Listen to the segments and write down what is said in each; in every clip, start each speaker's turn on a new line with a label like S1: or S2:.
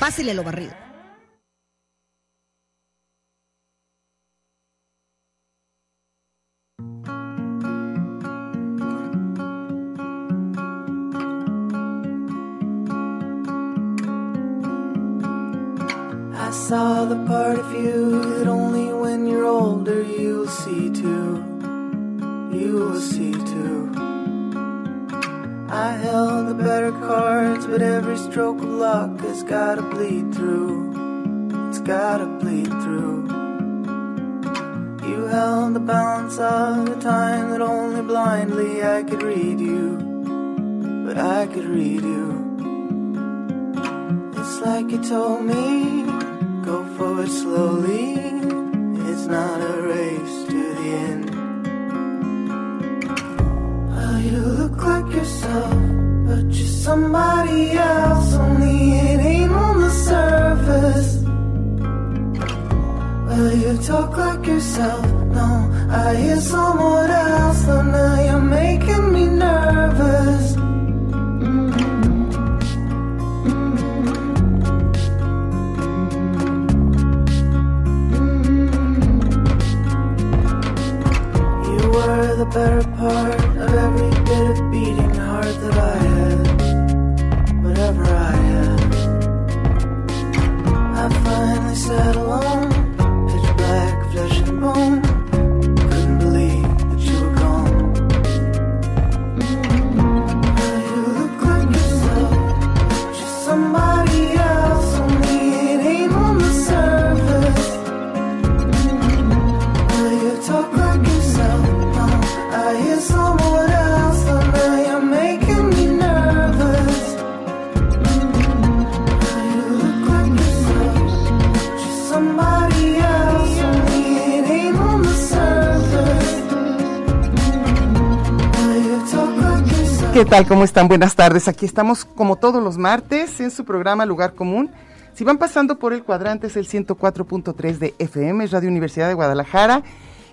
S1: Pásele lo barrido.
S2: I saw the part of you that only when you're older you'll see too. You will see too. I held the better cards, but every stroke of luck has gotta bleed through. It's gotta bleed through. You held the balance of the time that only blindly I could read you. But I could read you. It's like you told me, go forward slowly. It's not a race to the end. Oh, you look like yourself, but you're somebody else. Only it ain't on the surface. Well, you talk like yourself. No, I hear someone else. Though now you're making me nervous. You were the better part of every bit of beating heart that I had, whatever I had. I finally sat alone, pitch black, flesh and bone. Couldn't believe that you were gone. Now you look like yourself, but you're somebody else. Only it ain't on the surface. Will you talk like yourself? No, I hear someone else. So now you're making me nervous. You look like yourself, just somebody else. Only it ain't on the surface. Will you talk like yourself?
S3: ¿Qué tal? ¿Cómo están? Buenas tardes. Aquí estamos como todos los martes en su programa Lugar Común. Si van pasando por el cuadrante es el 104.3 de FM, es Radio Universidad de Guadalajara.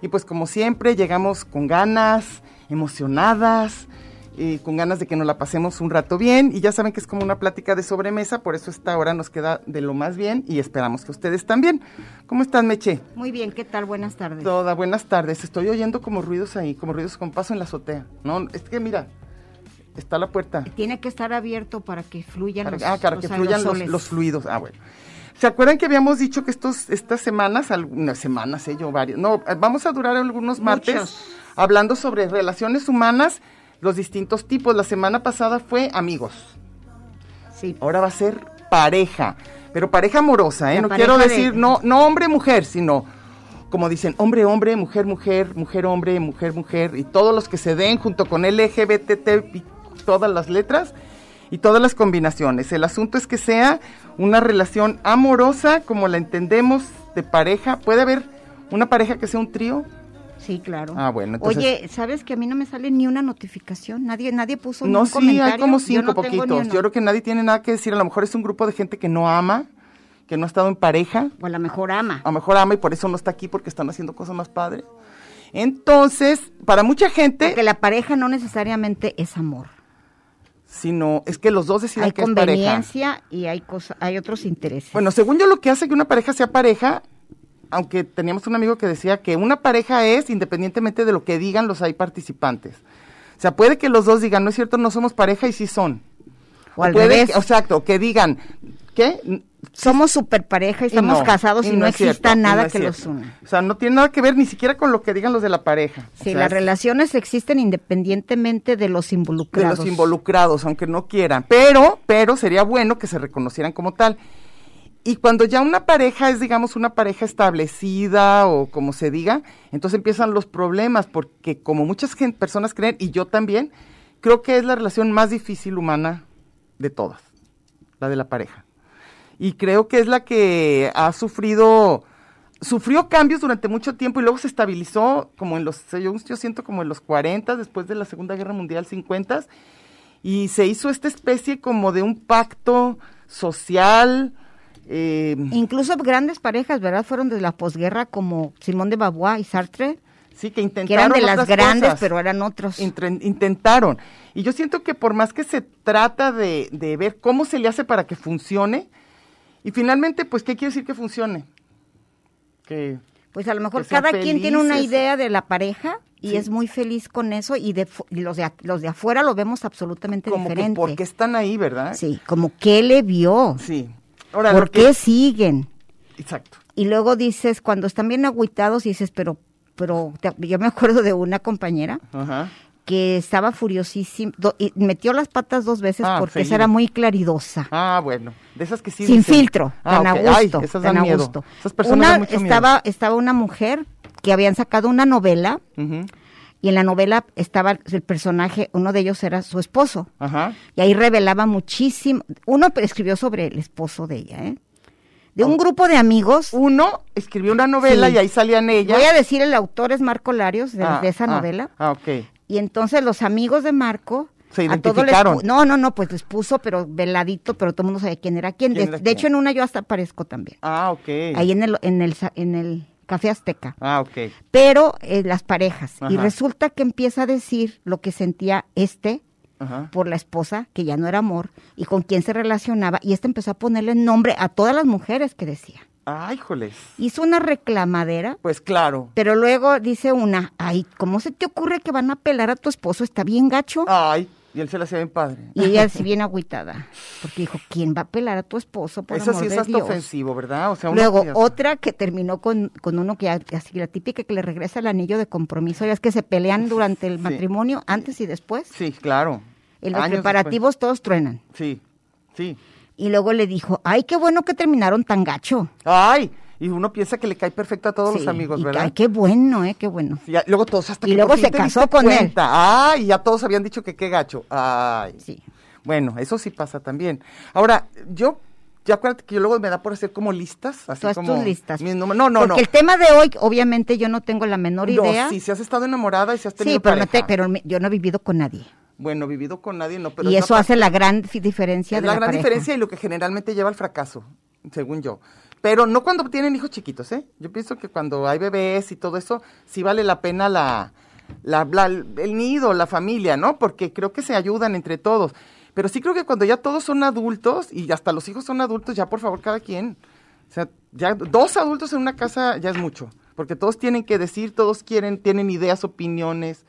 S3: Y pues como siempre llegamos con ganas, emocionadas, eh, con ganas de que nos la pasemos un rato bien. Y ya saben que es como una plática de sobremesa, por eso esta hora nos queda de lo más bien y esperamos que ustedes también. ¿Cómo están, Meche?
S1: Muy bien, ¿qué tal? Buenas tardes.
S3: Toda, buenas tardes. Estoy oyendo como ruidos ahí, como ruidos con paso en la azotea. No, es que mira, está la puerta.
S4: Tiene que estar abierto para que fluyan
S3: Para,
S4: los
S3: ah, para que fluyan los,
S4: aerosoles.
S3: los fluidos. Ah, bueno. ¿Se acuerdan que habíamos dicho que estos, estas semanas, algunas semanas, eh, yo varios, no, eh, vamos a durar algunos martes
S4: Muchos.
S3: hablando sobre relaciones humanas, los distintos tipos. La semana pasada fue amigos,
S4: Sí.
S3: ahora va a ser pareja, pero pareja amorosa, ¿eh?
S4: La
S3: no
S4: pareja
S3: quiero
S4: de-
S3: decir no, no hombre-mujer, sino como dicen, hombre-hombre, mujer-mujer, mujer-hombre, mujer-mujer, y todos los que se den junto con LGBT, y todas las letras y todas las combinaciones. El asunto es que sea una relación amorosa, como la entendemos, de pareja. ¿Puede haber una pareja que sea un trío?
S4: Sí, claro.
S3: Ah, bueno, entonces-
S4: Oye, ¿sabes que a mí no me sale ni una notificación? Nadie nadie puso
S3: No,
S4: ningún
S3: sí, hay
S4: comentario.
S3: como
S4: Yo
S3: cinco
S4: no tengo ni
S3: poquitos.
S4: uno.
S3: Yo creo que nadie tiene nada que decir. A lo mejor es un grupo de gente que no ama, que no ha estado en pareja.
S4: O a lo mejor ama.
S3: A lo mejor ama y por eso no está aquí porque están haciendo cosas más padres. Entonces, para mucha gente,
S4: Porque la pareja no necesariamente es amor.
S3: sino es que los dos deciden
S4: hay
S3: que es pareja.
S4: conveniencia y hay cosa, hay otros intereses.
S3: Bueno, según yo lo que hace que una pareja sea pareja, aunque teníamos un amigo que decía que una pareja es independientemente de lo que digan los hay participantes. O sea, puede que los dos digan, no es cierto, no somos pareja y sí son.
S4: o al
S3: puede
S4: revés.
S3: que- exacto, que digan, ¿Qué?
S4: Somos super pareja y estamos
S3: no,
S4: casados y, no,
S3: es
S4: exista
S3: cierto, y
S4: nada
S3: no es
S4: que los
S3: cierto.
S4: una.
S3: O sea, no tiene nada que ver ni siquiera con lo que digan los de la pareja. O
S4: Sí,
S3: sea,
S4: las
S3: es
S4: relaciones existen independientemente de los
S3: de
S4: involucrados.
S3: los involucrados, aunque no quieran. Pero, pero sería bueno que se reconocieran como tal. Y cuando ya una pareja es, digamos, una pareja establecida o como se diga, entonces empiezan los problemas, porque como muchas gen- personas creen, y yo también, creo que es la relación más difícil humana de todas, la de la pareja. Y creo que es la que ha sufrido, sufrió cambios durante mucho tiempo y luego se estabilizó como en los, yo, yo siento como en los 40, después de la Segunda Guerra Mundial, 50, y se hizo esta especie como de un pacto social. eh,
S4: Incluso grandes parejas, ¿verdad? Fueron de la posguerra como Simón de Beauvoir y Sartre,
S3: sí, que intentaron.
S4: que eran de las
S3: otras
S4: grandes,
S3: cosas.
S4: pero eran otros.
S3: Intre- intentaron. Y yo siento que por más que se trata de, de ver cómo se le hace para que funcione, y finalmente, pues, ¿qué quiere decir que funcione? Que
S4: Pues a lo mejor
S3: que sean
S4: cada quien tiene una
S3: felices.
S4: idea de la pareja y
S3: Sí.
S4: es muy feliz con eso y, de, fu- y los, de, a- los de afuera lo vemos absolutamente
S3: como que
S4: diferente.
S3: porque están ahí, ¿verdad?
S4: Sí, como que le vio,
S3: Sí. Ahora, lo
S4: por
S3: que-
S4: qué siguen.
S3: Exacto.
S4: Y luego dices, cuando están bien agüitados, y dices, pero, pero te- yo me acuerdo de una compañera
S3: Ajá.
S4: que estaba furiosísima, do- y metió las patas dos veces
S3: Ah,
S4: porque
S3: seguido.
S4: esa era muy claridosa.
S3: Ah, bueno. De esas que sí.
S4: sin
S3: dicen.
S4: filtro,
S3: Ah,
S4: tan
S3: ok.
S4: a
S3: Ay,
S4: gusto,
S3: esas
S4: tan
S3: dan
S4: a
S3: miedo.
S4: gusto.
S3: Esas personas
S4: Una-
S3: dan mucho
S4: estaba, estaba una mujer que habían sacado una novela
S3: miedo. Ujú.
S4: y en la novela estaba el personaje, uno de ellos era su esposo.
S3: Ajá.
S4: Y ahí revelaba muchísimo. Uno escribió sobre el esposo de ella, ¿eh? De
S3: Oh.
S4: un grupo de amigos.
S3: Uno escribió una novela
S4: Sí.
S3: y ahí salían ellas.
S4: Voy a decir, el autor es Marco Larios de,
S3: Ah,
S4: de esa
S3: ah,
S4: novela.
S3: Ah, ok.
S4: Y entonces los amigos de Marco.
S3: Se
S4: a todos les
S3: identificaron.
S4: pu- no, no, no, pues les puso, pero veladito, pero todo el mundo sabía quién era quién.
S3: ¿Quién
S4: de
S3: era
S4: de
S3: quién?
S4: hecho, en una yo hasta aparezco también.
S3: Ah, ok.
S4: Ahí en el, en el, sa- en el Café Azteca.
S3: Ah, ok.
S4: Pero eh, las parejas. Y
S3: Ajá.
S4: resulta que empieza a decir lo que sentía este
S3: Ajá.
S4: por la esposa, que ya no era amor, y con quién se relacionaba. Y este empezó a ponerle nombre a todas las mujeres que decía.
S3: Ay, joles.
S4: Hizo una reclamadera
S3: Pues claro.
S4: Pero luego dice una, ay, ¿cómo se te ocurre que van a pelar a tu esposo? Está bien gacho.
S3: Ay, y él se la hacía bien padre.
S4: Y ella así bien agüitada, porque dijo, ¿quién va a pelar a tu esposo? Por
S3: Eso
S4: amor
S3: sí es
S4: de
S3: hasta
S4: Dios?".
S3: ofensivo, ¿verdad? O sea, uno
S4: Luego
S3: que-
S4: otra que terminó con, con uno que así la típica que le regresa el anillo de compromiso, ya es que se pelean durante el
S3: Sí.
S4: matrimonio, antes y después.
S3: Sí, claro.
S4: En los
S3: Años
S4: preparativos todos truenan.
S3: después. Sí, sí.
S4: Y luego le dijo, ay, qué bueno que terminaron tan gacho.
S3: Ay, y uno piensa que le cae perfecto a todos
S4: Sí,
S3: los amigos,
S4: y que,
S3: ¿verdad?
S4: ay, qué bueno, eh, qué bueno.
S3: Sí, ya- luego todos hasta
S4: Y
S3: que
S4: luego
S3: por fin
S4: se
S3: te
S4: casó
S3: diste
S4: con él.
S3: cuenta. Ay, y ya todos habían dicho que qué gacho. Ay.
S4: Sí.
S3: Bueno, eso sí pasa también. Ahora, yo, ya acuérdate que yo luego me da por hacer como listas, así
S4: Tú haz
S3: como
S4: tus listas.
S3: mis números. No, no,
S4: Porque el
S3: no.
S4: tema de hoy, obviamente, yo no tengo la menor
S3: No,
S4: idea.
S3: sí, si has estado enamorada y si has tenido
S4: Sí, pero, no te-
S3: pareja.
S4: pero me- yo no he vivido con nadie.
S3: Bueno, vivido con nadie, no, pero
S4: y
S3: es la
S4: eso hace la gran fi- diferencia
S3: Es
S4: de
S3: la,
S4: la,
S3: gran
S4: pareja.
S3: diferencia y lo que generalmente lleva al fracaso, según yo. Pero no cuando tienen hijos chiquitos, ¿eh? Yo pienso que cuando hay bebés y todo eso, sí vale la pena la, la- la- el nido, la familia, ¿no? Porque creo que se ayudan entre todos. Pero sí creo que cuando ya todos son adultos y hasta los hijos son adultos, ya por favor cada quien. O sea, ya dos adultos en una casa ya es mucho. Porque todos tienen que decir, todos quieren, tienen ideas, opiniones.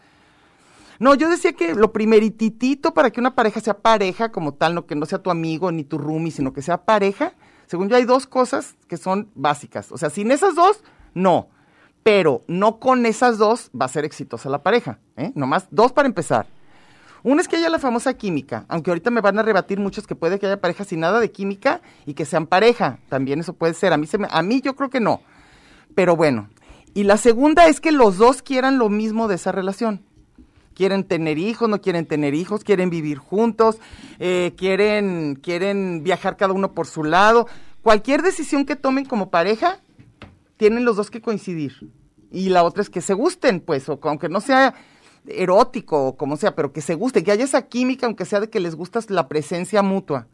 S3: No, yo decía que lo primerititito para que una pareja sea pareja como tal, no que no sea tu amigo ni tu roomie, sino que sea pareja, según yo hay dos cosas que son básicas. O sea, sin esas dos, no. Pero no con esas dos va a ser exitosa la pareja. ¿eh? Nomás dos para empezar. Una es que haya la famosa química, aunque ahorita me van a rebatir muchos que puede que haya parejas sin nada de química y que sean pareja. También eso puede ser. A mí, se me- a mí yo creo que no. Pero bueno. Y la segunda es que los dos quieran lo mismo de esa relación quieren tener hijos, no quieren tener hijos, quieren vivir juntos, eh, quieren, quieren viajar cada uno por su lado. Cualquier decisión que tomen como pareja, tienen los dos que coincidir. Y la otra es que se gusten, pues, o que aunque no sea erótico o como sea, pero que se guste, que haya esa química, aunque sea de que les gusta la presencia mutua,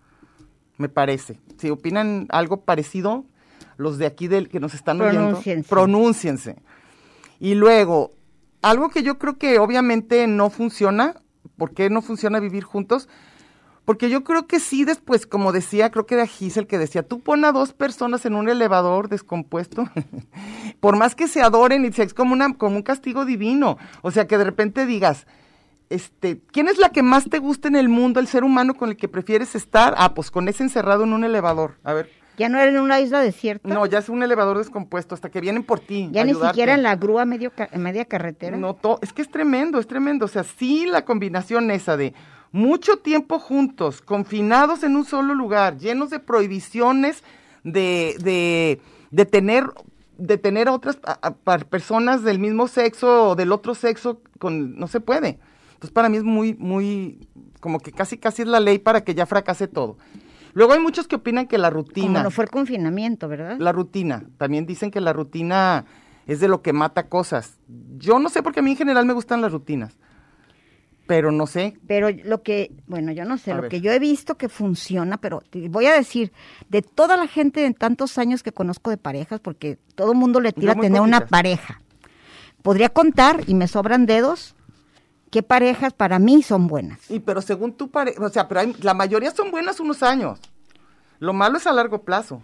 S3: me parece. Si opinan algo parecido, los de aquí del que nos están oyendo,
S4: Pronúnciense.
S3: pronúnciense. Y luego, algo que yo creo que obviamente no funciona, ¿por qué no funciona vivir juntos? Porque yo creo que sí, después, como decía, creo que era Gisel que decía, tú pon a dos personas en un elevador descompuesto, por más que se adoren y sea, es como, una, como un castigo divino. O sea, que de repente digas, Este, ¿quién es la que más te gusta en el mundo, el ser humano con el que prefieres estar? Ah, pues con ese encerrado en un elevador. A ver.
S4: Ya no era en una isla desierta.
S3: No, ya es un elevador descompuesto, hasta que vienen por ti.
S4: ya
S3: a
S4: ni
S3: ayudarte.
S4: siquiera en la grúa medio ca- en media carretera.
S3: No, to- es que es tremendo, es tremendo. O sea, sí la combinación esa de mucho tiempo juntos, confinados en un solo lugar, llenos de prohibiciones, de, de, de tener de tener a otras a- a- par- personas del mismo sexo o del otro sexo, con, no se puede. Entonces para mí es muy, muy, como que casi, casi es la ley para que ya fracase todo. Luego hay muchos que opinan que la rutina...
S4: Como no fue el confinamiento, ¿verdad?
S3: La rutina. También dicen que la rutina es de lo que mata cosas. Yo no sé porque a mí en general me gustan las rutinas. Pero no sé.
S4: Pero lo que, bueno, yo no sé,
S3: A
S4: lo
S3: ver.
S4: que yo he visto que funciona, pero te voy a decir, de toda la gente en tantos años que conozco de parejas, porque todo mundo le tira a
S3: Pues muy
S4: tener una
S3: poquitas.
S4: pareja, podría contar, y me sobran dedos, qué parejas para mí son buenas.
S3: Y pero según tú pare- o sea, pero hay- la mayoría son buenas unos años. Lo malo es a largo plazo.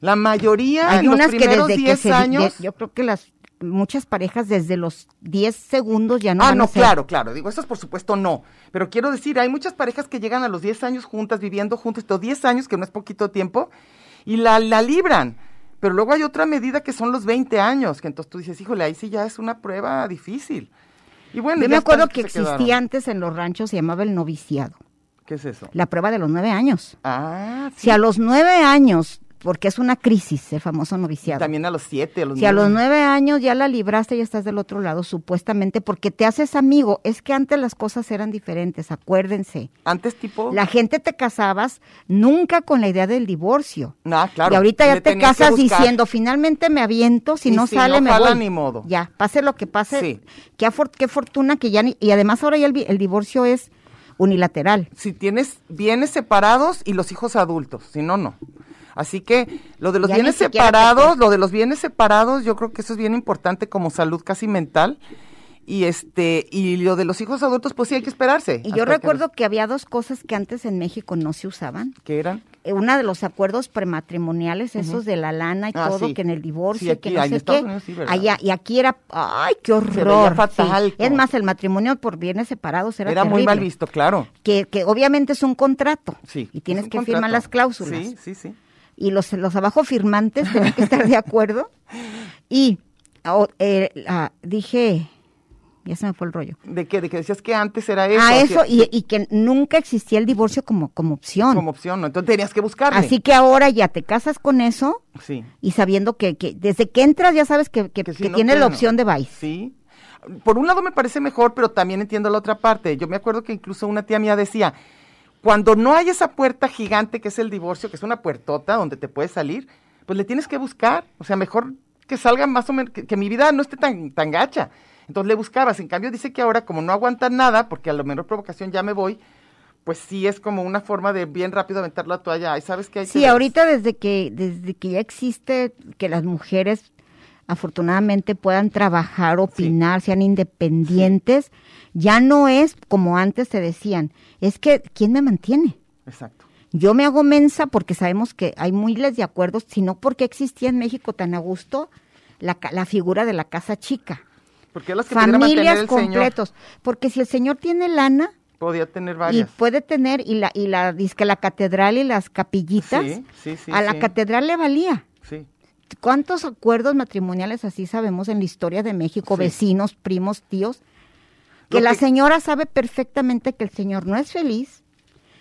S3: La mayoría
S4: Hay
S3: en los
S4: unas que
S3: primeros
S4: desde que
S3: 10
S4: se, di-
S3: años.
S4: yo creo que las muchas parejas desde los 10 segundos ya no
S3: ah,
S4: van a
S3: no,
S4: ser-
S3: claro, claro. Digo, eso es por supuesto no. Pero quiero decir, hay muchas parejas que llegan a los 10 años juntas, viviendo juntas, estos 10 años, que no es poquito tiempo, y la, la libran. Pero luego hay otra medida que son los 20 años, que entonces tú dices, híjole, ahí sí ya es una prueba difícil. Y bueno,
S4: Yo
S3: ya
S4: me
S3: están
S4: acuerdo
S3: los
S4: que
S3: se
S4: existía
S3: quedaron.
S4: antes en los ranchos, se llamaba el noviciado,
S3: ¿Qué es eso?
S4: la prueba de los nueve años.
S3: Ah, sí.
S4: Si a los nueve años, porque es una crisis el famoso noviciado,
S3: También a los 7, a los
S4: si a los
S3: nueve.
S4: nueve años ya la libraste y estás del otro lado, supuestamente, porque te haces amigo, es que antes las cosas eran diferentes, acuérdense.
S3: Antes tipo...
S4: La gente te casabas nunca con la idea del divorcio.
S3: Ah, claro.
S4: Y ahorita ya
S3: le
S4: te
S3: tenías que
S4: casas
S3: buscar.
S4: diciendo, finalmente me aviento, si
S3: Y
S4: no
S3: si
S4: sale
S3: no
S4: me
S3: jala,
S4: voy.
S3: ni modo.
S4: Ya, pase lo que pase.
S3: Sí.
S4: Qué, afor- qué fortuna que ya ni- Y además ahora ya el, vi- el divorcio es unilateral.
S3: si tienes bienes separados y los hijos adultos, si no, no. Así que lo de los
S4: Ya ni
S3: bienes
S4: siquiera te
S3: separados,
S4: cuento.
S3: lo de los bienes separados, yo creo que eso es bien importante como salud casi mental. Y este, y lo de los hijos adultos, pues sí hay que esperarse.
S4: Y yo
S3: hasta que
S4: recuerdo
S3: los-
S4: que, había dos cosas que antes en México no se usaban.
S3: que eran.
S4: Eh, Una de los acuerdos prematrimoniales, esos de la lana y
S3: Ah,
S4: todo,
S3: sí.
S4: que en el divorcio,
S3: Sí, aquí-
S4: que no
S3: ah, en
S4: sé
S3: Estados
S4: qué.
S3: Unidos sí, ¿verdad?
S4: Allá, y aquí era, ay, qué
S3: veía
S4: horror. sí.
S3: fatal,
S4: Es
S3: ¿no?
S4: más, el matrimonio por bienes separados era
S3: Era, muy mal
S4: terrible.
S3: visto, claro.
S4: Que, que obviamente es un contrato.
S3: Sí.
S4: Y tienes
S3: es un
S4: que firmar
S3: contrato.
S4: las cláusulas.
S3: Sí, sí, sí.
S4: y los, los abajo firmantes tienen que estar de acuerdo. Y o- eh, ah, dije, ya se me fue el rollo.
S3: De que, de que decías que antes era eso.
S4: ah,
S3: así-
S4: eso, y, y que nunca existía el divorcio como, como opción.
S3: como opción, ¿no? Entonces tenías que buscarle.
S4: Así que ahora ya te casas con eso
S3: sí.
S4: y sabiendo que, que desde que entras ya sabes que, que,
S3: que si
S4: que
S3: no
S4: tienes la
S3: quiero, no.
S4: opción de vice.
S3: Sí. Por un lado me parece mejor, pero también entiendo la otra parte. Yo me acuerdo que incluso una tía mía decía, cuando no hay esa puerta gigante que es el divorcio, que es una puertota donde te puedes salir, pues le tienes que buscar. O sea, mejor que salga más o menos, que, que mi vida no esté tan, tan gacha. Entonces le buscabas. En cambio dice que ahora como no aguantan nada, porque a lo menor provocación ya me voy, pues sí es como una forma de bien rápido aventar la toalla. Ay, ¿sabes qué? Ahí te
S4: Sí,
S3: ves.
S4: ahorita desde que, desde que ya existe que las mujeres afortunadamente puedan trabajar, opinar, sean independientes, ya no es como antes te decían, es que ¿quién me mantiene?
S3: Exacto.
S4: Yo me hago mensa porque sabemos que hay miles de acuerdos, sino porque existía en México tan a gusto la, ca- la figura de la casa chica.
S3: Porque las que pudiera mantener
S4: Familias
S3: el señor
S4: completos. Porque si el señor tiene lana,
S3: podía tener
S4: y
S3: varias.
S4: puede tener y la y la dizque la catedral y las capillitas
S3: Sí, sí, sí,
S4: a la
S3: sí.
S4: catedral le valía
S3: Sí.
S4: cuántos acuerdos matrimoniales así sabemos en la historia de México
S3: Sí.
S4: vecinos primos tíos que
S3: Lo
S4: la
S3: que-
S4: señora sabe perfectamente que el señor no es feliz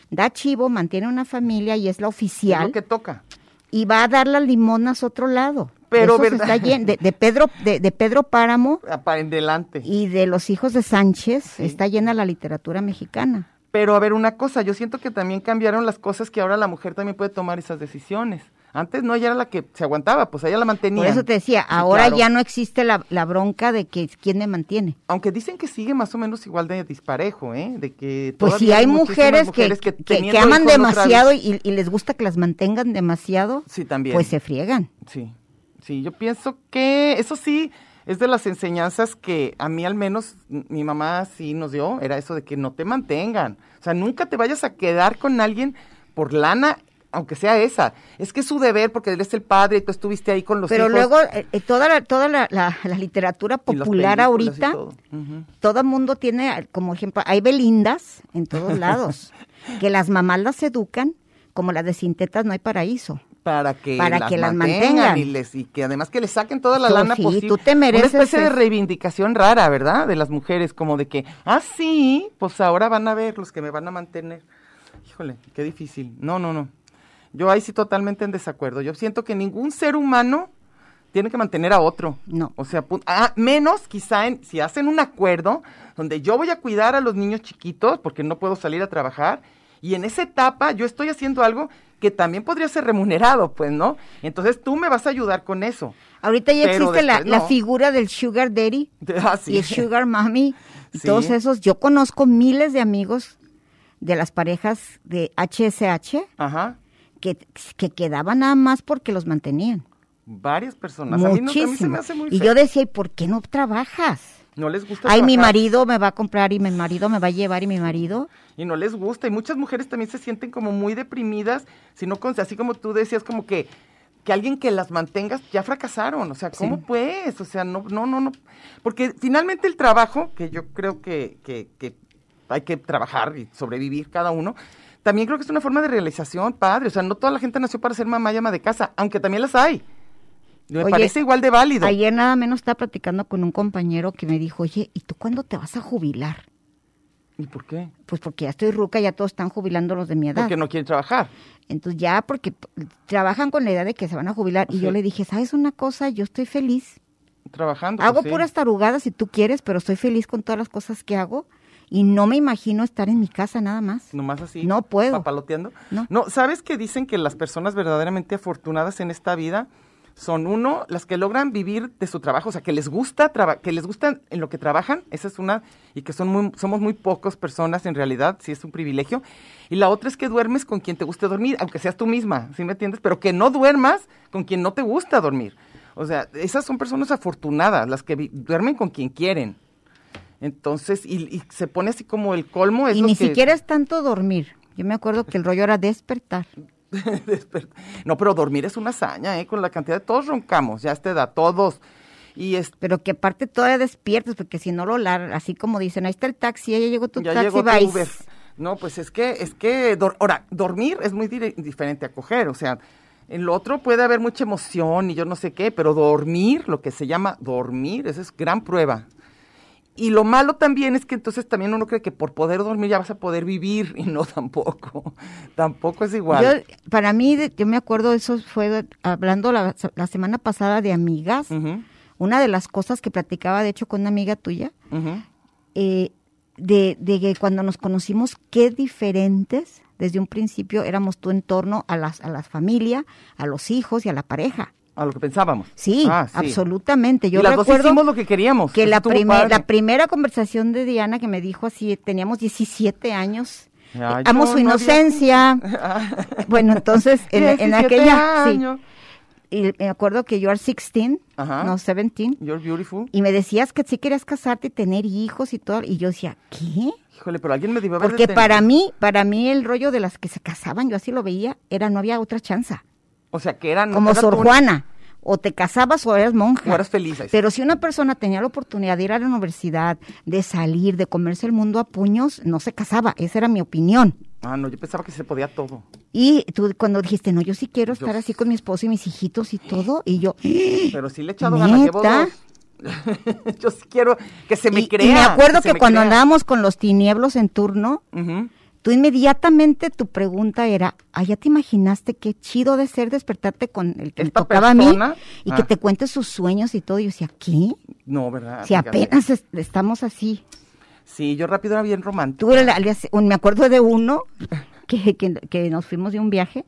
S4: da chivo mantiene una familia y es la
S3: Es lo
S4: oficial
S3: que toca.
S4: y va a dar las limonas a otro lado
S3: Pero,
S4: Eso se
S3: ¿verdad?
S4: está llen- de, de Pedro de, de Pedro Páramo
S3: a- para en delante.
S4: y de los hijos de Sánchez
S3: Sí.
S4: está llena la literatura mexicana
S3: Pero a ver una cosa, yo siento que también cambiaron las cosas que ahora la mujer también puede tomar esas decisiones. Antes no, ella era la que se aguantaba, pues ella la mantenía.
S4: Por eso te decía,
S3: Sí,
S4: ahora
S3: claro.
S4: ya no existe la, la bronca de que quién me mantiene.
S3: Aunque dicen que sigue más o menos igual de disparejo, ¿eh? De que
S4: Pues
S3: todavía
S4: si hay
S3: muchísimas
S4: mujeres, que- que, que
S3: teniendo
S4: aman
S3: hijos no
S4: demasiado
S3: traen-
S4: y, y les gusta que las mantengan demasiado,
S3: Sí, también.
S4: pues se friegan.
S3: Sí, sí, yo pienso que eso sí es de las enseñanzas que a mí al menos m- mi mamá sí nos dio, era eso de que no te mantengan, o sea, nunca te vayas a quedar con alguien por lana aunque sea esa. Es que es su deber porque él es el padre y tú estuviste ahí con los
S4: Pero
S3: hijos.
S4: luego eh, eh, toda la, toda la, la- la literatura
S3: y las
S4: popular
S3: películas y
S4: ahorita,
S3: todo. Ujú.
S4: todo el mundo tiene, eh, como ejemplo, hay Belindas en todos lados, que las mamás las educan, como las de Sintetas no hay paraíso.
S3: Para que,
S4: Para
S3: las,
S4: que las
S3: mantengan,
S4: mantengan.
S3: Y, les, y que además que les saquen toda la
S4: Yo
S3: lana
S4: sí,
S3: posible.
S4: tú te mereces
S3: Una especie de
S4: eso.
S3: reivindicación rara, ¿verdad? De las mujeres, como de que, ah, sí, pues ahora van a ver los que me van a mantener. Híjole, qué difícil. No, no, no. Yo ahí sí totalmente en desacuerdo. Yo siento que ningún ser humano tiene que mantener a otro.
S4: No.
S3: O sea, pu- ah, menos quizá en- si hacen un acuerdo donde yo voy a cuidar a los niños chiquitos porque no puedo salir a trabajar y en esa etapa yo estoy haciendo algo que también podría ser remunerado, pues, ¿no? Entonces tú me vas a ayudar con eso.
S4: Ahorita ya
S3: Pero
S4: existe la,
S3: después
S4: la
S3: no.
S4: figura del Sugar Daddy
S3: Así
S4: y el Sugar Mommy y
S3: Sí.
S4: todos esos. Yo conozco miles de amigos de las parejas de HSH
S3: Ajá.
S4: que, que quedaban nada más porque los mantenían.
S3: Varias personas. A mí, no, a mí se me
S4: Muchísimo.
S3: hace muy
S4: y
S3: feo.
S4: yo decía, ¿y por qué no trabajas?
S3: No les gusta
S4: Ay, mi
S3: trabajar.
S4: marido me va a comprar y mi marido me va a llevar y mi marido.
S3: y no les gusta. Y muchas mujeres también se sienten como muy deprimidas, sino con, así como tú decías, como que, que alguien que las mantengas ya fracasaron. O sea, ¿cómo pues? O sea, no, no, no, no. Porque finalmente el trabajo, que yo creo que, que, que hay que trabajar y sobrevivir cada uno, también creo que es una forma de realización, padre. O sea, no toda la gente nació para ser mamá y ama de casa, aunque también las hay. Me
S4: Oye,
S3: parece igual de válido.
S4: Ayer nada menos estaba platicando con un compañero que me dijo, oye, ¿y tú cuándo te vas a jubilar?
S3: ¿Y por qué?
S4: Pues porque ya estoy ruca, ya todos están jubilando los de mi edad.
S3: Porque no quieren trabajar.
S4: Entonces ya, porque p- trabajan con la idea de que se van a jubilar. Y yo
S3: Sí.
S4: le dije, ¿sabes una cosa? Yo estoy feliz.
S3: Trabajando.
S4: Hago
S3: pues, sí.
S4: puras tarugadas si tú quieres, pero estoy feliz con todas las cosas que hago. Y no me imagino estar en mi casa nada más.
S3: Nomás así.
S4: No puedo.
S3: Papaloteando. No.
S4: No.
S3: ¿sabes que dicen que las personas verdaderamente afortunadas en esta vida son uno, las que logran vivir de su trabajo, o sea, que les gusta traba- que les gusta en lo que trabajan, esa es una y que son muy somos muy pocas personas en realidad, sí es un privilegio. Y la otra es que duermes con quien te guste dormir, aunque seas tú misma, ¿sí me entiendes? Pero que no duermas con quien no te gusta dormir. O sea, esas son personas afortunadas, las que vi- duermen con quien quieren. Entonces, y, y se pone así como el colmo es
S4: y
S3: lo
S4: ni
S3: que-
S4: siquiera es tanto dormir. Yo me acuerdo que el rollo era despertar.
S3: Desper- No, pero dormir es una hazaña, ¿eh? Con la cantidad de... Todos roncamos, ya te da, todos. Y es...
S4: Pero que aparte todavía despiertas, porque si no lo lar, así como dicen, ahí está el taxi, ya llegó tu
S3: ya
S4: taxi,
S3: llegó tu
S4: vais.
S3: Uber. No, pues es que, es que, dor- ahora, dormir es muy dire- diferente a coger, o sea, en lo otro puede haber mucha emoción y yo no sé qué, pero dormir, lo que se llama dormir, esa es gran prueba. Y lo malo también es que entonces también uno cree que por poder dormir ya vas a poder vivir, y no tampoco, tampoco es igual.
S4: Yo, para mí, de- yo me acuerdo, eso fue de- hablando la, la semana pasada de amigas.
S3: Ujú,
S4: Una de las cosas que platicaba, de hecho, con una amiga tuya,
S3: ujú.
S4: eh, de, de que cuando nos conocimos, qué diferentes desde un principio éramos tú en torno a las a la familia, a los hijos y a la pareja.
S3: A lo que pensábamos.
S4: Sí,
S3: Ah,
S4: absolutamente. Yo
S3: y las dos
S4: recuerdo
S3: hicimos lo que queríamos.
S4: que la,
S3: Pues Estuvo
S4: primer-
S3: padre.
S4: la primera conversación de Diana que me dijo así, teníamos 17 años,
S3: Ah,
S4: eh, amo
S3: yo
S4: su
S3: no había-
S4: inocencia. bueno, entonces en, en
S3: 17
S4: aquella... sí.
S3: años.
S4: y me acuerdo que you are 16,
S3: Ajá.
S4: no 17,
S3: You're beautiful.
S4: y me decías que sí querías casarte y tener hijos y todo, y yo decía, ¿qué?
S3: Híjole, pero alguien me debió haber
S4: Porque
S3: detenido.
S4: para mí, para mí el rollo de las que se casaban, yo así lo veía, era no había otra chance.
S3: O sea, que eran...
S4: Como
S3: Mm, era
S4: Sor
S3: tú-
S4: Juana, o te casabas o eras monja.
S3: O eras feliz, ahí sí.
S4: Pero si una persona tenía la oportunidad de ir a la universidad, de salir, de comerse el mundo a puños, no se casaba. Esa era mi opinión.
S3: Ah, no, yo pensaba que se podía todo.
S4: Y tú cuando dijiste, no, yo sí quiero
S3: Yo-
S4: estar así con mi esposo y mis hijitos y todo, y yo,
S3: Pero sí le he echado ganas. Llevo
S4: ¿Neta?
S3: dos. yo sí quiero que se me
S4: y,
S3: crea.
S4: y me acuerdo
S3: se
S4: que
S3: me
S4: cuando
S3: crea.
S4: andábamos con los tinieblos en turno,
S3: Ujú.
S4: tú inmediatamente tu pregunta era, ah, ya te imaginaste qué chido de ser despertarte con el que me
S3: Esta
S4: tocaba a
S3: persona,
S4: mí y
S3: ah.
S4: que te cuente sus sueños y todo. Y yo decía, ¿qué?
S3: No, ¿verdad?
S4: Si
S3: Fíjate.
S4: apenas es- estamos así.
S3: Sí, yo rápido era bien romántico.
S4: Tú era la- al día se- un- me acuerdo de uno que, que- que nos fuimos de un viaje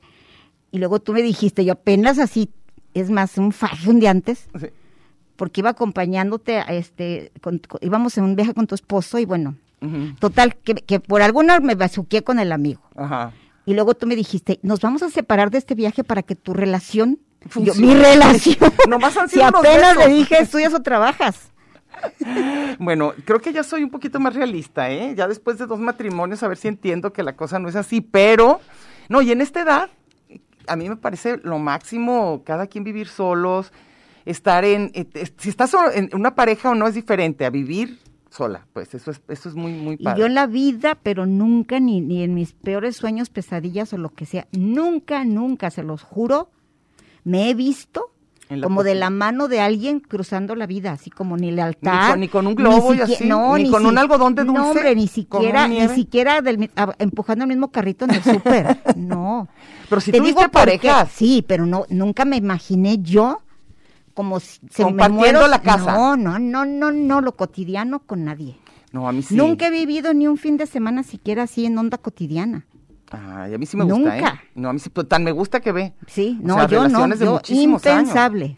S4: y luego tú me dijiste, yo apenas así, es más, un faje un día antes,
S3: Sí.
S4: porque iba acompañándote, a este, con- con- íbamos en un viaje con tu esposo y bueno,
S3: Ujú.
S4: total, que, que por alguna me basuqué con el amigo.
S3: Ajá.
S4: Y luego tú me dijiste, nos vamos a separar de este viaje para que tu relación, Y yo,
S3: Funcione.
S4: mi relación,
S3: Nomás han
S4: si
S3: sido unos
S4: apenas le
S3: besos.
S4: dije estudias o trabajas.
S3: Bueno, creo que ya soy un poquito más realista, ¿eh? Ya después de dos matrimonios, a ver si entiendo que la cosa no es así, pero... No, y en esta edad, a mí me parece lo máximo, cada quien vivir solos, estar en, eh, eh, si estás solo- en una pareja o no es diferente a vivir sola, pues eso es, eso es muy, muy
S4: Y
S3: padre.
S4: yo en la vida, pero nunca, ni, ni en mis peores sueños, pesadillas o lo que sea, nunca, nunca, se los juro, me he visto
S3: En la
S4: como de
S3: posi-
S4: la mano de alguien cruzando la vida, así como ni
S3: Ni
S4: lealtad.
S3: con- ni con un globo y
S4: siqui-
S3: así, ni con un algodón de dulce,
S4: No, hombre, ni
S3: con
S4: siquiera,
S3: un
S4: ni
S3: nieve.
S4: siquiera del mi- a- empujando el mismo carrito en el súper. no.
S3: Pero si
S4: Te
S3: tuviste
S4: digo porque-
S3: parejas.
S4: Sí, pero no, nunca me imaginé yo como si se me
S3: Compartiendo
S4: muero-
S3: la casa.
S4: No, no, no, no, no, lo cotidiano con nadie.
S3: No, a mí sí.
S4: Nunca he vivido ni un fin de semana siquiera así en onda cotidiana.
S3: Ay, a mí sí me gusta,
S4: Nunca.
S3: ¿eh? No, a mí sí, pues, tan me gusta que ve.
S4: Sí,
S3: O
S4: no,
S3: sea,
S4: yo no,
S3: relaciones de
S4: yo
S3: muchísimos años.
S4: impensable.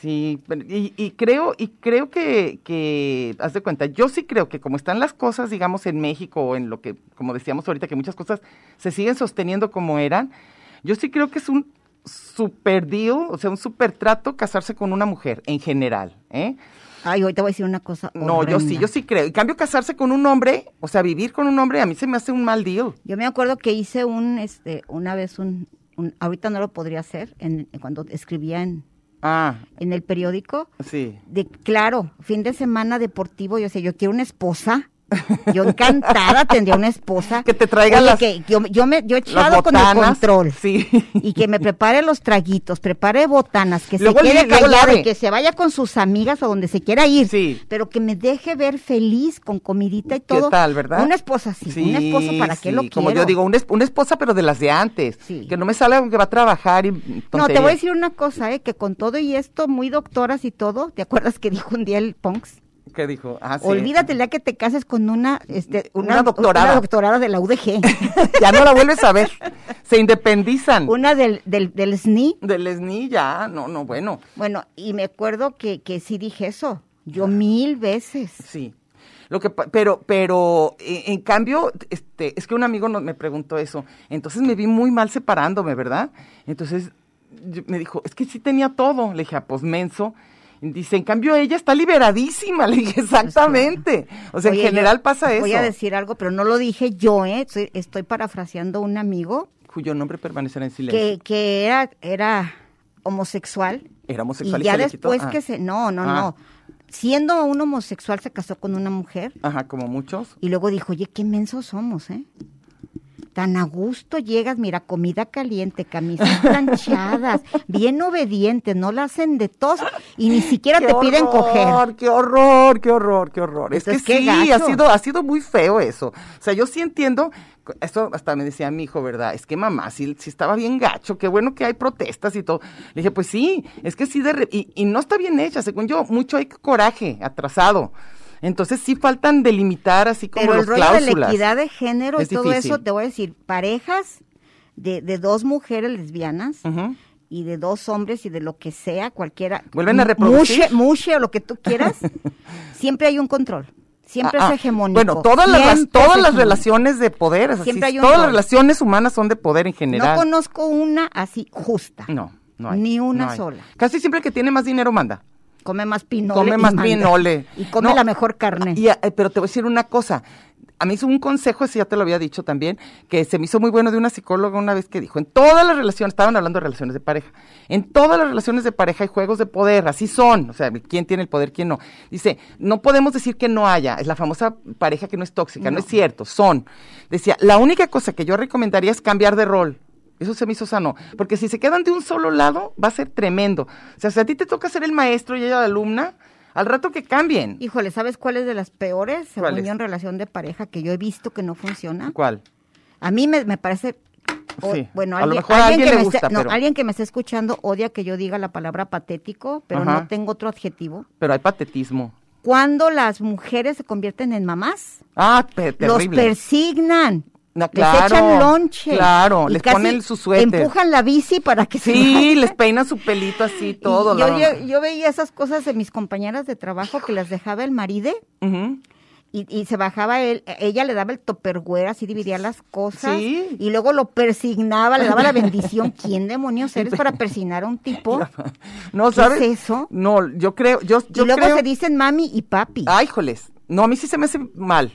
S3: Sí, pero- y, y creo, y creo que, que, haz de cuenta, yo sí creo que como están las cosas, digamos, en México o en lo que, como decíamos ahorita, que muchas cosas se siguen sosteniendo como eran, yo sí creo que es un super deal, o sea, un super trato casarse con una mujer en general, ¿eh?
S4: Ay, hoy te voy a decir una cosa.
S3: No, yo sí,
S4: horrenda.
S3: yo sí creo. En cambio, casarse con un hombre, o sea, vivir con un hombre, a mí se me hace un mal deal.
S4: Yo me acuerdo que hice un, este, una vez un, un- ahorita no lo podría hacer, en, cuando escribía en,
S3: Ah,
S4: en el periódico,
S3: sí.
S4: de claro, fin de semana deportivo, yo sé, yo quiero una esposa. Yo encantada tendría una esposa.
S3: Que te traiga
S4: Oye,
S3: las-
S4: que yo, yo me yo he
S3: Las
S4: echado con el
S3: botanas,
S4: control.
S3: Sí.
S4: y que me prepare los traguitos, prepare botanas, que
S3: Luego
S4: se quede
S3: li- luego
S4: callada
S3: lave.
S4: y que se vaya con sus amigas o donde se quiera ir,
S3: Sí.
S4: pero que me deje ver feliz con comidita y todo.
S3: ¿Qué tal, verdad?
S4: Una esposa sí,
S3: Sí,
S4: un esposo para qué
S3: sí,
S4: lo quiero.
S3: Como yo digo, una, es- una esposa, pero de las de antes.
S4: Sí.
S3: Que no me sale aunque va a trabajar y.
S4: no, te
S3: tonterías.
S4: voy a decir una cosa, eh, que con todo y esto, muy doctoras y todo, ¿te acuerdas que dijo un día el Ponks?
S3: ¿Qué dijo? Ah, sí.
S4: Olvídate ya que te cases con una, este,
S3: Una doctorada.
S4: una doctorada de la UDG,
S3: ya no la vuelves a ver. Se independizan.
S4: una del, del, del SNI,
S3: Del esni ya. No, no, bueno.
S4: Bueno, y me acuerdo que, que sí dije eso,
S3: Ah.
S4: yo mil veces.
S3: Sí. Lo que, pa- pero, pero, eh, en cambio, este, es que un amigo no- me preguntó eso. Entonces me vi muy mal separándome, ¿verdad? Entonces yo- me dijo, es que sí tenía todo. Le dije, ah, pues menso. Y Dice, en cambio ella está liberadísima. Le dije, exactamente. O sea,
S4: Oye,
S3: en
S4: yo
S3: general pasa eso.
S4: Voy a decir algo, pero no lo dije yo, ¿eh? Estoy, estoy parafraseando a un amigo
S3: Cuyo nombre permanecerá en silencio.
S4: que, que era, era homosexual.
S3: Era homosexual
S4: Y
S3: y
S4: ya
S3: se le quitó.
S4: después
S3: Ah.
S4: que se... No, no,
S3: Ah.
S4: no. Siendo un homosexual se casó con una mujer
S3: Ajá, como muchos.
S4: y luego dijo, oye, qué mensos somos, ¿eh? Tan a gusto llegas, mira, comida caliente, camisas planchadas, bien obedientes, no la hacen de tos y ni siquiera te piden coger.
S3: Qué horror, qué horror, qué horror. es
S4: Entonces,
S3: que
S4: qué
S3: sí,
S4: gacho.
S3: ha sido, ha sido muy feo eso. O sea, yo sí entiendo, esto hasta me decía mi hijo, ¿verdad? Es que mamá, sí, sí estaba bien gacho, qué bueno que hay protestas y todo. Le dije, pues sí, es que sí, de re- y, y no está bien hecha, según yo, mucho hay coraje atrasado. Entonces sí faltan delimitar así como
S4: Pero el
S3: los
S4: rollo
S3: cláusulas.
S4: de la equidad de género
S3: Es
S4: y todo
S3: difícil.
S4: eso, te voy a decir, parejas de, de dos mujeres lesbianas
S3: Ujú.
S4: y de dos hombres y de lo que sea, cualquiera.
S3: ¿Vuelven a
S4: mu-
S3: reproducir?
S4: Mushe, mushe o lo que tú quieras, siempre hay un control. Siempre
S3: Ah, ah,
S4: es hegemónico.
S3: Bueno, todas las,
S4: siempre
S3: todas
S4: es
S3: las
S4: hegemónico.
S3: relaciones de poder, es así,
S4: Siempre hay un
S3: todas las
S4: rol.
S3: relaciones humanas son de poder en
S4: No
S3: general.
S4: conozco una así justa.
S3: No, no hay.
S4: Ni una
S3: no hay.
S4: sola.
S3: Casi siempre el que tiene más dinero manda.
S4: Come más pinole.
S3: come
S4: y
S3: más
S4: manda.
S3: pinole.
S4: Y come
S3: No,
S4: la mejor carne.
S3: y, eh, pero te voy a decir una cosa. A mí es un consejo, ese ya te lo había dicho también, que se me hizo muy bueno de una psicóloga una vez que dijo, en todas las relaciones, estaban hablando de relaciones de pareja, en todas las relaciones de pareja hay juegos de poder, así son, o sea, quién tiene el poder, quién no. Dice, no podemos decir que no haya, es la famosa pareja que no es tóxica, no es cierto, son. Decía, la única cosa que yo recomendaría es cambiar de rol. Eso se me hizo sano, porque si se quedan de un solo lado, va a ser tremendo. O sea, si a ti te toca ser el maestro y ella la alumna, al rato que cambien.
S4: Híjole, ¿sabes cuál es de las peores, según
S3: ¿Cuál es?
S4: yo, en relación de pareja que yo he visto que no funciona?
S3: ¿Cuál?
S4: A mí me, me parece. o-
S3: Sí,
S4: Bueno,
S3: a lo
S4: alguien,
S3: mejor a
S4: alguien
S3: alguien
S4: que
S3: le
S4: me
S3: gusta,
S4: esté- no,
S3: pero-
S4: alguien que me esté escuchando odia que yo diga la palabra patético, pero
S3: Ajá.
S4: no tengo otro adjetivo.
S3: Pero hay patetismo.
S4: Cuando las mujeres se convierten en mamás,
S3: Ah, pe- terrible.
S4: los persignan.
S3: No,
S4: Les
S3: claro,
S4: echan lonche.
S3: claro,
S4: y
S3: les
S4: casi
S3: ponen su suéter.
S4: Empujan la bici para que se
S3: sí,
S4: vaya.
S3: les peinan su pelito así,
S4: Y
S3: todo.
S4: Yo,
S3: la-
S4: yo- yo veía esas cosas de mis compañeras de trabajo que las dejaba el marido
S3: Ujú.
S4: y, y se bajaba él, ella le daba el topperware, así dividía las cosas
S3: Sí.
S4: y luego lo persignaba, le daba la bendición. ¿Quién demonios eres para persignar a un tipo?
S3: No,
S4: ¿Qué
S3: ¿sabes?
S4: es eso?
S3: No, yo creo, yo, yo
S4: y luego
S3: creo-
S4: se dicen mami y papi.
S3: Ay, joles. No, a mí sí se me hace mal.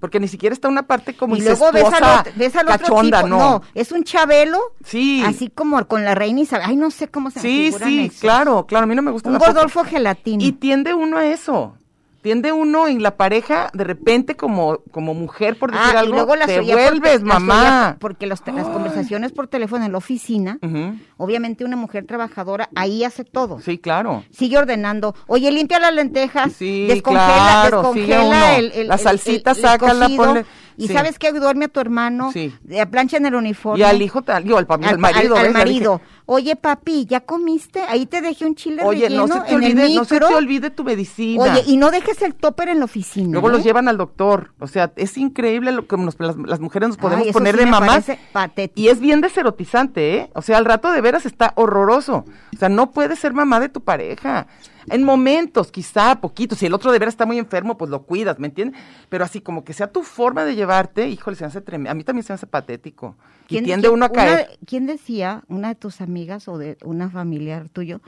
S3: Porque ni siquiera está una parte como
S4: y luego ves al,
S3: incestuosa,
S4: otro, ves al otro
S3: cachonda,
S4: tipo,
S3: no.
S4: es un chabelo,
S3: Sí.
S4: así como con la reina Isabel, ay, no sé cómo se me
S3: Sí,
S4: figuran
S3: sí,
S4: esos.
S3: claro, claro, a mí no me gusta
S4: Un
S3: tampoco.
S4: Gordolfo gelatino.
S3: Y tiende uno a eso. Tiende uno en la pareja, de repente, como, como mujer, por decir
S4: Ah, y
S3: algo,
S4: luego las
S3: te
S4: oía
S3: vuelves
S4: por- las
S3: mamá.
S4: oía porque los te- las conversaciones por teléfono en la oficina,
S3: Ujú.
S4: obviamente una mujer trabajadora ahí hace todo.
S3: Sí, claro.
S4: Sigue ordenando, oye, limpia las lentejas,
S3: Sí,
S4: descongela,
S3: claro, sigue uno.
S4: descongela el, el-
S3: La
S4: el-
S3: salsita,
S4: el- el
S3: sácala,
S4: cocido,
S3: ponle-
S4: Y
S3: sí.
S4: sabes que duerme a tu hermano,
S3: Sí.
S4: eh, plancha en el uniforme.
S3: Y al hijo, tal- digo, al, papi- al marido.
S4: al
S3: ¿ves? Ya dije,
S4: marido. Oye, papi, ¿ya comiste? Ahí te dejé un chile
S3: Oye,
S4: relleno
S3: no se, te
S4: en el
S3: olvide, no se
S4: micro.
S3: te olvide tu medicina.
S4: Oye, y no dejes el topper en la oficina.
S3: Luego
S4: ¿eh?
S3: los llevan al doctor. O sea, es increíble lo que nos- las, las mujeres nos podemos
S4: Ay, eso
S3: poner
S4: sí
S3: de
S4: me
S3: mamás.
S4: parece patético.
S3: Y es bien deserotizante, ¿eh? O sea, al rato de veras está horroroso. O sea, no puedes ser mamá de tu pareja. En momentos, quizá, poquito. Si el otro de veras está muy enfermo, pues lo cuidas, ¿me entiendes? Pero así como que sea tu forma de llevarte, híjole, se me hace tremendo. A mí también se me hace patético. Y
S4: ¿Quién-
S3: tiende
S4: quién-
S3: uno a
S4: una-
S3: caer.
S4: ¿Quién decía, una de tus amigas o de una familiar tuyo,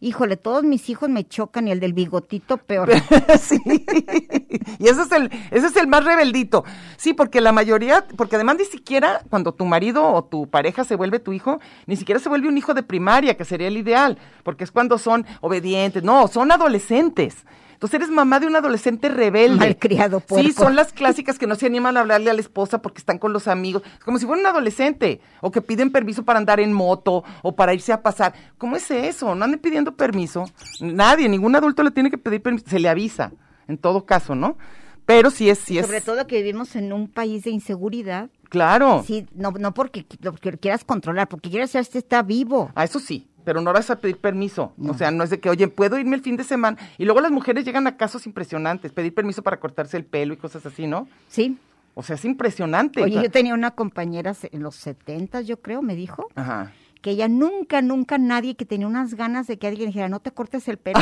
S4: híjole, todos mis hijos me chocan y el del bigotito peor?
S3: sí. Y ese es el, ese es el más rebeldito. Sí, porque la mayoría, porque además ni siquiera cuando tu marido o tu pareja se vuelve tu hijo, ni siquiera se vuelve un hijo de primaria, que sería el ideal, porque es cuando son obedientes, no, son adolescentes. Entonces eres mamá de un adolescente rebelde.
S4: Malcriado puerco.
S3: Sí, son las clásicas que no se animan a hablarle a la esposa porque están con los amigos, como si fuera un adolescente, o que piden permiso para andar en moto o para irse a pasar. ¿Cómo es eso? No anden pidiendo permiso. Nadie, ningún adulto le tiene que pedir permiso, se le avisa, en todo caso, ¿no? Pero sí es, sí es.
S4: Sobre todo que vivimos en un país de inseguridad.
S3: Claro.
S4: Sí, no, no porque, porque quieras controlar, porque quieras saber si está vivo.
S3: A eso sí, pero no vas a pedir permiso. O sea, no es de que, oye, puedo irme el fin de semana. Y luego las mujeres llegan a casos impresionantes, pedir permiso para cortarse el pelo y cosas así, ¿no?
S4: Sí.
S3: O sea, es impresionante.
S4: Oye, yo tenía una compañera se- en los 70, yo creo, me dijo,
S3: Ajá.
S4: que ella nunca, nunca nadie que tenía unas ganas de que alguien dijera, no te cortes el pelo.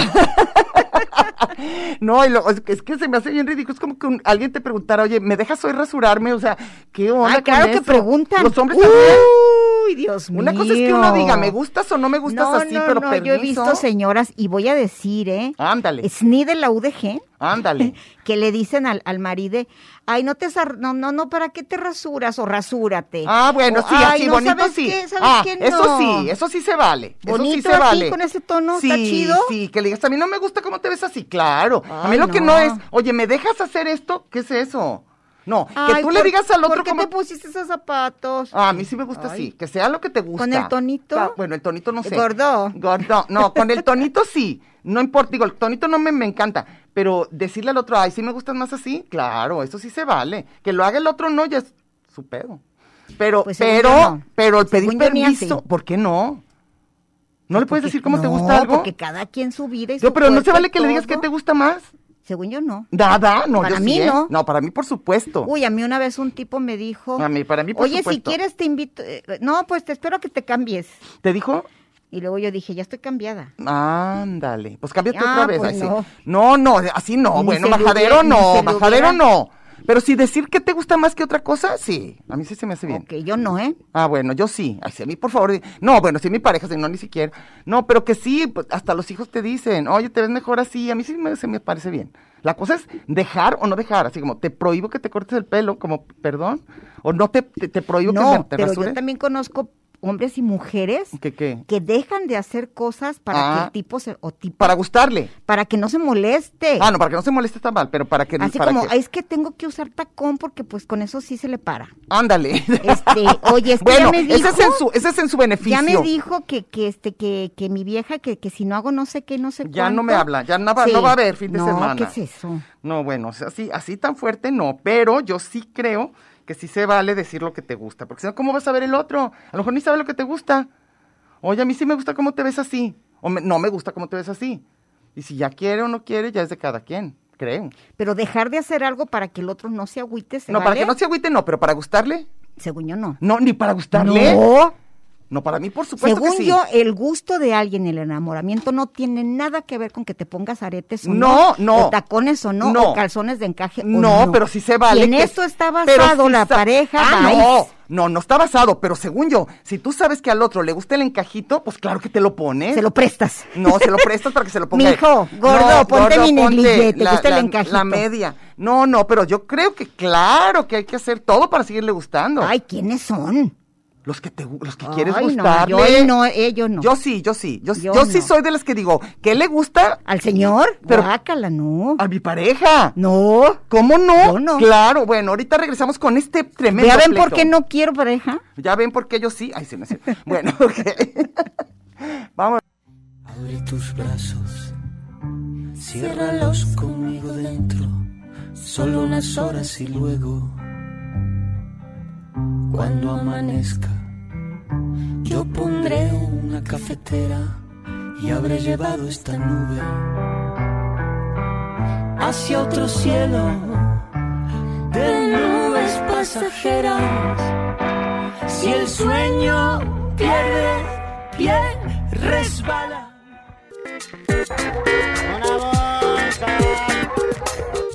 S3: No, y lo- es, que, es que se me hace bien ridículo. Es como que un- alguien te preguntara, oye, ¿me dejas hoy rasurarme? O sea, ¿qué onda?
S4: Ay, claro
S3: con
S4: que
S3: eso?
S4: preguntan.
S3: Los hombres
S4: Uy,
S3: también.
S4: Dios mío.
S3: Una cosa es que uno diga, ¿me gustas o no me gustas
S4: no,
S3: así?
S4: no,
S3: pero
S4: no,
S3: permiso.
S4: yo he visto señoras, y voy a decir, ¿eh?
S3: Ándale,
S4: Es ni de la UDG,
S3: ándale.
S4: que le dicen al, al marido, ay, no te, sar- no, no, no, ¿para qué te rasuras o rasúrate?
S3: Ah, bueno,
S4: O,
S3: sí,
S4: "Ay,
S3: así,
S4: no,
S3: bonito
S4: ¿sabes
S3: sí.
S4: qué? ¿Sabes
S3: ah,
S4: qué?
S3: eso
S4: No".
S3: sí, eso sí se vale. eso sí
S4: Bonito
S3: se
S4: así,
S3: vale.
S4: con ese tono,
S3: sí,
S4: ¿está chido?
S3: Sí, que le digas, a mí no me gusta cómo te ves así, claro. a mí
S4: Ay,
S3: lo que
S4: no.
S3: no es, oye, ¿me dejas hacer esto? ¿Qué es eso? No, que
S4: Ay,
S3: tú le
S4: ¿por-
S3: digas al otro
S4: ¿Por qué
S3: cómo
S4: te pusiste esos zapatos?
S3: Ah, a mí sí me gusta
S4: Ay.
S3: así, que sea lo que te gusta.
S4: ¿Con el tonito?
S3: Ah, bueno, el tonito no sé.
S4: Gordo.
S3: Gordo, no, con el tonito sí, no importa, digo, el tonito no me, me encanta, pero decirle al otro, ay, sí me gustas más así, claro, eso sí se vale, que lo haga el otro no, ya es su pedo. Pero,
S4: Pues, según
S3: pero,
S4: yo no.
S3: pero el pedir
S4: Según yo, ni
S3: permiso,
S4: así.
S3: ¿por qué no? ¿No le puedes
S4: Porque-
S3: decir cómo te
S4: no,
S3: gusta algo?
S4: porque cada quien su vida y
S3: Yo,
S4: su
S3: pero no se
S4: cuerpo,
S3: vale que le digas que
S4: todo.
S3: te gusta más.
S4: Según yo, no.
S3: Nada, no,
S4: Para
S3: yo
S4: mí
S3: sí, ¿eh?
S4: no.
S3: No, para mí por supuesto.
S4: Uy, a mí una vez un tipo me dijo,
S3: A mí- para mí, por
S4: oye,
S3: supuesto".
S4: si quieres te invito, eh, no, pues te espero que te cambies.
S3: ¿Te dijo?
S4: Y luego yo dije, ya estoy cambiada.
S3: Ándale, pues cámbiate
S4: Ah,
S3: otra vez.
S4: pues
S3: ay, sí.
S4: no.
S3: no. no, así no,
S4: Ni
S3: bueno,
S4: se le
S3: majadero
S4: hubiera- ni
S3: no,
S4: se le
S3: majadero
S4: hubiera-
S3: no. Pero si decir que te gusta más que otra cosa, sí, a mí sí se me hace bien.
S4: Ok, yo no, ¿eh?
S3: Ah, bueno, yo sí, ay, sí, a mí por favor, di- no, bueno, si mi pareja, si no, ni siquiera. No, pero que sí, pues, hasta los hijos te dicen, oye, te ves mejor así, a mí sí me, se me parece bien. La cosa es dejar o no dejar, así como, te prohíbo que te cortes el pelo, como, perdón, o no te, te, te prohíbo que
S4: No,
S3: te- te
S4: pero yo
S3: rasures.
S4: también conozco hombres y mujeres
S3: ¿Qué, qué?
S4: que dejan de hacer cosas para
S3: Ah.
S4: que el tipo se, o tipo,
S3: Para
S4: para,
S3: gustarle.
S4: que no se moleste.
S3: Ah, no, para que no se moleste está mal, pero para que...
S4: Así
S3: para
S4: como,
S3: que-
S4: es que tengo que usar tacón porque pues con eso sí se le para.
S3: Ándale.
S4: Este, oye, es que
S3: bueno,
S4: ya me
S3: ese, es en
S4: dijo-
S3: su, ese es en su beneficio.
S4: Ya me dijo que, que este, que, que mi vieja, que, que si no hago no sé qué, no sé
S3: Ya no me
S4: cuánto.
S3: habla, ya no va- no va a haber fin de
S4: No,
S3: semana.
S4: ¿qué es eso?
S3: No, bueno, o sea, así, así tan fuerte no, pero yo sí creo que sí se vale decir lo que te gusta, porque si no, ¿cómo vas a ver el otro? A lo mejor ni sabe lo que te gusta. Oye, a mí sí me gusta cómo te ves así, o me- no me gusta cómo te ves así. Y si ya quiere o no quiere, ya es de cada quien, creo.
S4: Pero dejar de hacer algo para que el otro no se agüite, ¿se
S3: no, para
S4: vale?
S3: que no se agüite, no, pero para gustarle,
S4: Según yo no.
S3: no, ni para gustarle.
S4: No.
S3: No, para mí, por supuesto
S4: Según
S3: que sí.
S4: yo, el gusto de alguien, el enamoramiento, no tiene nada que ver con que te pongas aretes o
S3: No,
S4: no,
S3: no.
S4: o tacones o no,
S3: No.
S4: o calzones de encaje o
S3: No,
S4: no.
S3: pero sí se vale.
S4: Y en
S3: que-
S4: eso está
S3: pero
S4: basado
S3: sí
S4: la
S3: está-
S4: pareja.
S3: Ah,
S4: bye.
S3: no, no, no está basado, pero según yo, si tú sabes que al otro le gusta el encajito, pues claro que te lo pones.
S4: Se lo prestas.
S3: No, se lo prestas para que se lo ponga. él.
S4: Mijo, gordo, ponte mi negligé, ¿te gusta el encajito?
S3: La media. No, no, pero yo creo que claro que hay que hacer todo para seguirle gustando.
S4: Ay, ¿quiénes son?
S3: Los que te gu- los que quieres
S4: Ay, no,
S3: gustarle.
S4: yo ahí no, eh, yo no.
S3: Yo sí, yo sí, yo, sí-
S4: Yo
S3: yo sí
S4: no.
S3: soy de las que digo, ¿qué le gusta
S4: ¿Al señor?
S3: Pero- Ah,
S4: Guácala, no.
S3: a mi pareja?
S4: No.
S3: ¿Cómo no?
S4: Yo no.
S3: Claro, bueno, ahorita regresamos con este tremendo
S4: ¿Ya ven por
S3: pleito.
S4: qué no quiero pareja?
S3: Ya ven por qué yo sí. Ay, sí, no sé. Bueno, ok. Vamos.
S2: Abre tus brazos, ciérralos conmigo dentro, solo unas horas y luego, cuando amanezca, yo pondré una cafetera y habré llevado esta nube hacia otro cielo de nubes pasajeras. Si el sueño pierde pie, resbala.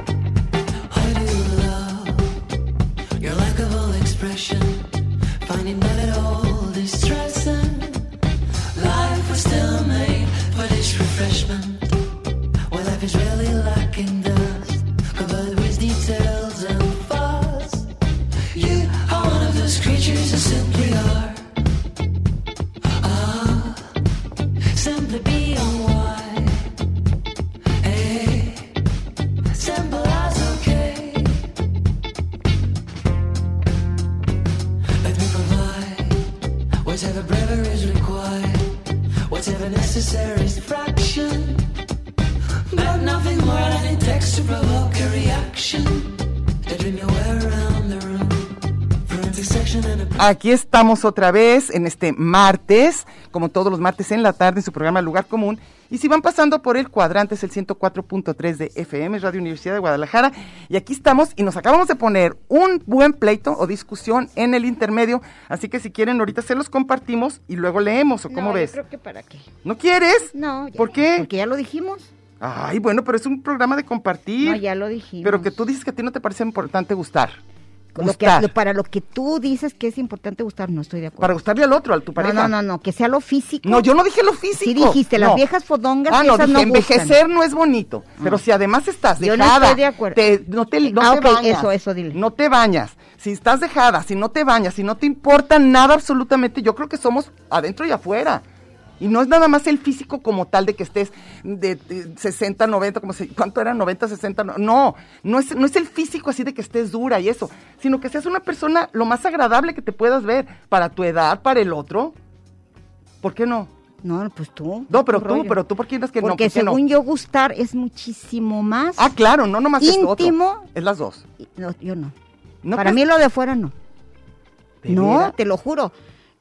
S2: I do love your lack of all expression, finding that at all distressing. Life was still made for this refreshment. Well, life is really lacking dust, covered with details and fuss. You are one of those creatures that simply are. Ah, simply be on why. Hey. Simple as okay. Let me provide whatever bravery is required, whatever necessary is fraction. But nothing more than it takes to provoke a reaction. That dream your way around the room, from intersection and a
S3: Aquí estamos otra vez en este martes, como todos los martes en la tarde en su programa Lugar Común. Y si van pasando por el cuadrante es el 104.3 de FM, Radio Universidad de Guadalajara. Y aquí estamos y nos acabamos de poner un buen pleito o discusión en el intermedio. Así que si quieren ahorita se los compartimos y luego leemos o cómo
S4: No, yo
S3: ves.
S4: creo que para qué.
S3: ¿No quieres?
S4: No. ya
S3: ¿Por
S4: no,
S3: qué?
S4: Porque ya lo dijimos.
S3: Ay, bueno, pero es un programa de compartir.
S4: No, ya lo dijimos.
S3: Pero que tú dices que a ti no te parece importante gustar.
S4: Lo que-
S3: Gustar.
S4: lo- para lo que tú dices que es importante gustar, no estoy de acuerdo.
S3: Para gustarle al otro, a tu pareja.
S4: No, no, no, no, que sea lo físico.
S3: No, yo no dije lo físico.
S4: Sí dijiste, las
S3: No.
S4: viejas fodongas,
S3: Ah, no,
S4: esas
S3: dije,
S4: no gustan. Ah.
S3: envejecer no es bonito. Pero si además estás
S4: Yo
S3: dejada.
S4: no estoy de acuerdo.
S3: te- no te, no
S4: Ah,
S3: te
S4: ok,
S3: bañas.
S4: eso, eso, dile.
S3: No te bañas. Si estás dejada, si no te bañas, si no te importa nada absolutamente, yo creo que somos adentro y afuera. Y no es nada más el físico como tal de que estés de, de 60, 90, como se, ¿cuánto era? 90, 60. No, no, no es, no es el físico así de que estés dura y eso, sino que seas una persona lo más agradable que te puedas ver para tu edad, para el otro. ¿Por qué no?
S4: No, pues tú.
S3: No, pero
S4: tu
S3: tú,
S4: rollo.
S3: pero tú, ¿por qué dices que no?
S4: Porque
S3: ¿Por qué no?
S4: según yo gustar es muchísimo más.
S3: Ah, claro, no nomás es otro.
S4: Íntimo.
S3: Es las dos.
S4: Y- no, yo no.
S3: ¿No
S4: Para
S3: crees-
S4: mí lo de fuera no.
S3: ¿De
S4: no,
S3: veras?
S4: te lo juro.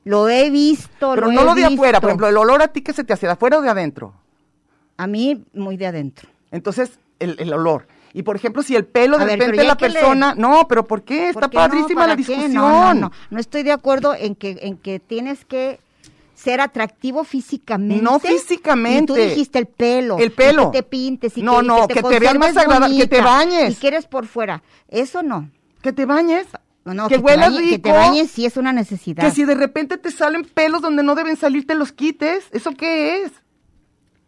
S4: Lo he visto.
S3: Pero
S4: lo
S3: no
S4: he
S3: lo de
S4: visto.
S3: afuera, por ejemplo, el olor a ti que se te hace de afuera o de adentro.
S4: A mí, muy de adentro.
S3: Entonces, el, el olor. Y por ejemplo, si el pelo de
S4: A ver,
S3: repente
S4: pero ya
S3: la
S4: que le-
S3: persona. No, pero ¿por qué? Está
S4: ¿Por qué no?
S3: padrísima la
S4: ¿Para qué? No,
S3: discusión.
S4: No, no, no estoy de acuerdo en que, en que tienes que ser atractivo físicamente.
S3: No físicamente.
S4: Y tú dijiste el pelo.
S3: El pelo.
S4: y que te pintes. Y
S3: No,
S4: que,
S3: no, que te veas
S4: conserves
S3: más agrada- que te
S4: bonita,
S3: bañes.
S4: Y que eres por fuera. Eso no.
S3: Que te bañes.
S4: No, no,
S3: que,
S4: te
S3: huelas
S4: bañe-
S3: rico.
S4: Que te bañes sí es una necesidad.
S3: Que si de repente te salen pelos donde no deben salir, te los quites. ¿Eso qué es?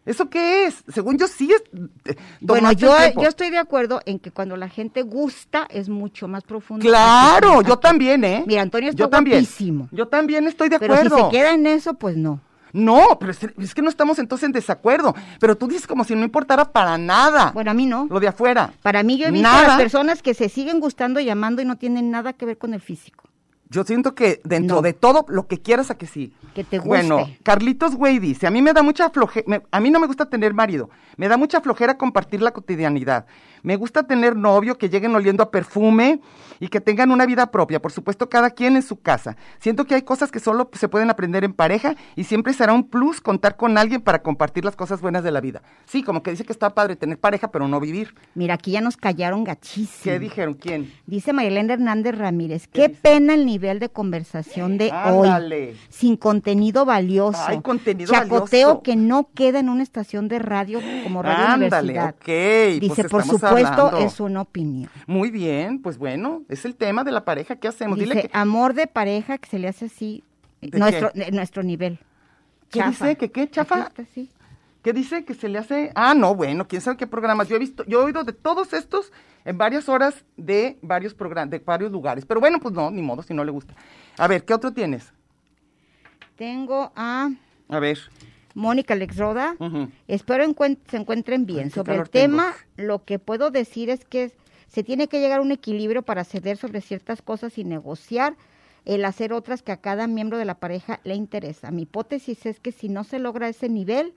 S3: ¿Eso qué es? Según yo, sí es. eh,
S4: bueno,
S3: tomarte
S4: yo,
S3: el tiempo.
S4: yo estoy de acuerdo en que cuando la gente gusta es mucho más profundo.
S3: Claro,
S4: Aquí-
S3: yo
S4: aquí.
S3: también, ¿eh?
S4: Ah, Mira, Antonio está
S3: yo también.
S4: guapísimo.
S3: Yo también estoy de
S4: Pero
S3: acuerdo.
S4: si se queda en eso, pues no.
S3: No, pero es, es que no estamos entonces en desacuerdo. Pero tú dices como si no importara para nada
S4: Bueno, a mí no.
S3: lo de afuera.
S4: Para mí yo he visto a
S3: Nada.
S4: las personas que se siguen gustando, llamando y no tienen nada que ver con el físico.
S3: Yo siento que dentro
S4: No.
S3: de todo, lo que quieras a que sí.
S4: Que te
S3: Bueno,
S4: guste.
S3: Carlitos Güey dice, a mí me da mucha flojera, a mí no me gusta tener marido, me da mucha flojera compartir la cotidianidad. Me gusta tener novio, que lleguen oliendo a perfume y que tengan una vida propia, por supuesto cada quien en su casa. Siento que hay cosas que solo se pueden aprender en pareja y siempre será un plus contar con alguien para compartir las cosas buenas de la vida. Sí, como que dice que está padre tener pareja, pero no vivir.
S4: Mira, aquí ya nos callaron gachísimo.
S3: ¿Qué dijeron? ¿Quién?
S4: Dice Marilena Hernández Ramírez, qué pena el nivel de conversación de
S3: Ándale.
S4: hoy. Sin contenido valioso.
S3: Ay, contenido
S4: Chacoteo
S3: valioso.
S4: que no queda en una estación de radio como Radio
S3: Ándale,
S4: Universidad.
S3: ok, pues
S4: Dice, por
S3: estamos
S4: supuesto,
S3: hablando".
S4: es una opinión.
S3: Muy bien, pues bueno, es el tema de la pareja, ¿qué hacemos? Dile
S4: Dice,
S3: que...
S4: amor de pareja que se le hace así, eh,
S3: ¿De
S4: nuestro, de nuestro nivel.
S3: ¿Qué
S4: Chafa.
S3: dice? ¿Que qué, chafa?
S4: Aquí está, sí.
S3: ¿Qué dice? Que se le hace. Ah, no, bueno, quién sabe qué programas. Yo he visto, yo he oído de todos estos en varias horas de varios programas, de varios lugares. Pero bueno, pues no, ni modo, si no le gusta. A ver, ¿qué otro tienes?
S4: Tengo a...
S3: A ver.
S4: Mónica Lexroda.
S3: Ujú.
S4: Espero encuen- se encuentren bien.
S3: Ay, qué
S4: sobre
S3: calor
S4: el
S3: tengo.
S4: tema, lo que puedo decir es que se tiene que llegar a un equilibrio para ceder sobre ciertas cosas y negociar el hacer otras que a cada miembro de la pareja le interesa. Mi hipótesis es que si no se logra ese nivel,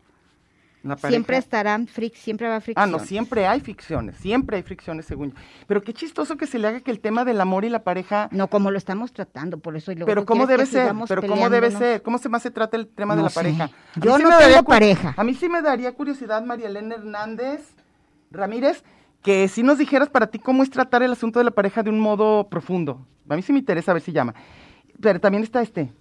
S3: La pareja.
S4: siempre estarán fric, siempre va
S3: Ah,
S4: fricción.
S3: no, siempre hay ficciones, siempre hay fricciones según yo. Pero qué chistoso que se le haga que el tema del amor y la pareja.
S4: No como lo estamos tratando, por eso luego
S3: Pero
S4: tú
S3: cómo
S4: quieres
S3: debe
S4: que
S3: ser,
S4: sigamos
S3: pero cómo debe
S4: peleándonos.
S3: ser, cómo se más se trata el tema de
S4: No
S3: la
S4: sé.
S3: pareja. A mí
S4: Yo no
S3: me daría
S4: tengo
S3: cu-
S4: pareja.
S3: A mí sí me daría curiosidad, María Elena Hernández Ramírez, que si nos dijeras para ti cómo es tratar el asunto de la pareja de un modo profundo. A mí sí me interesa a ver si llama. Pero también está este.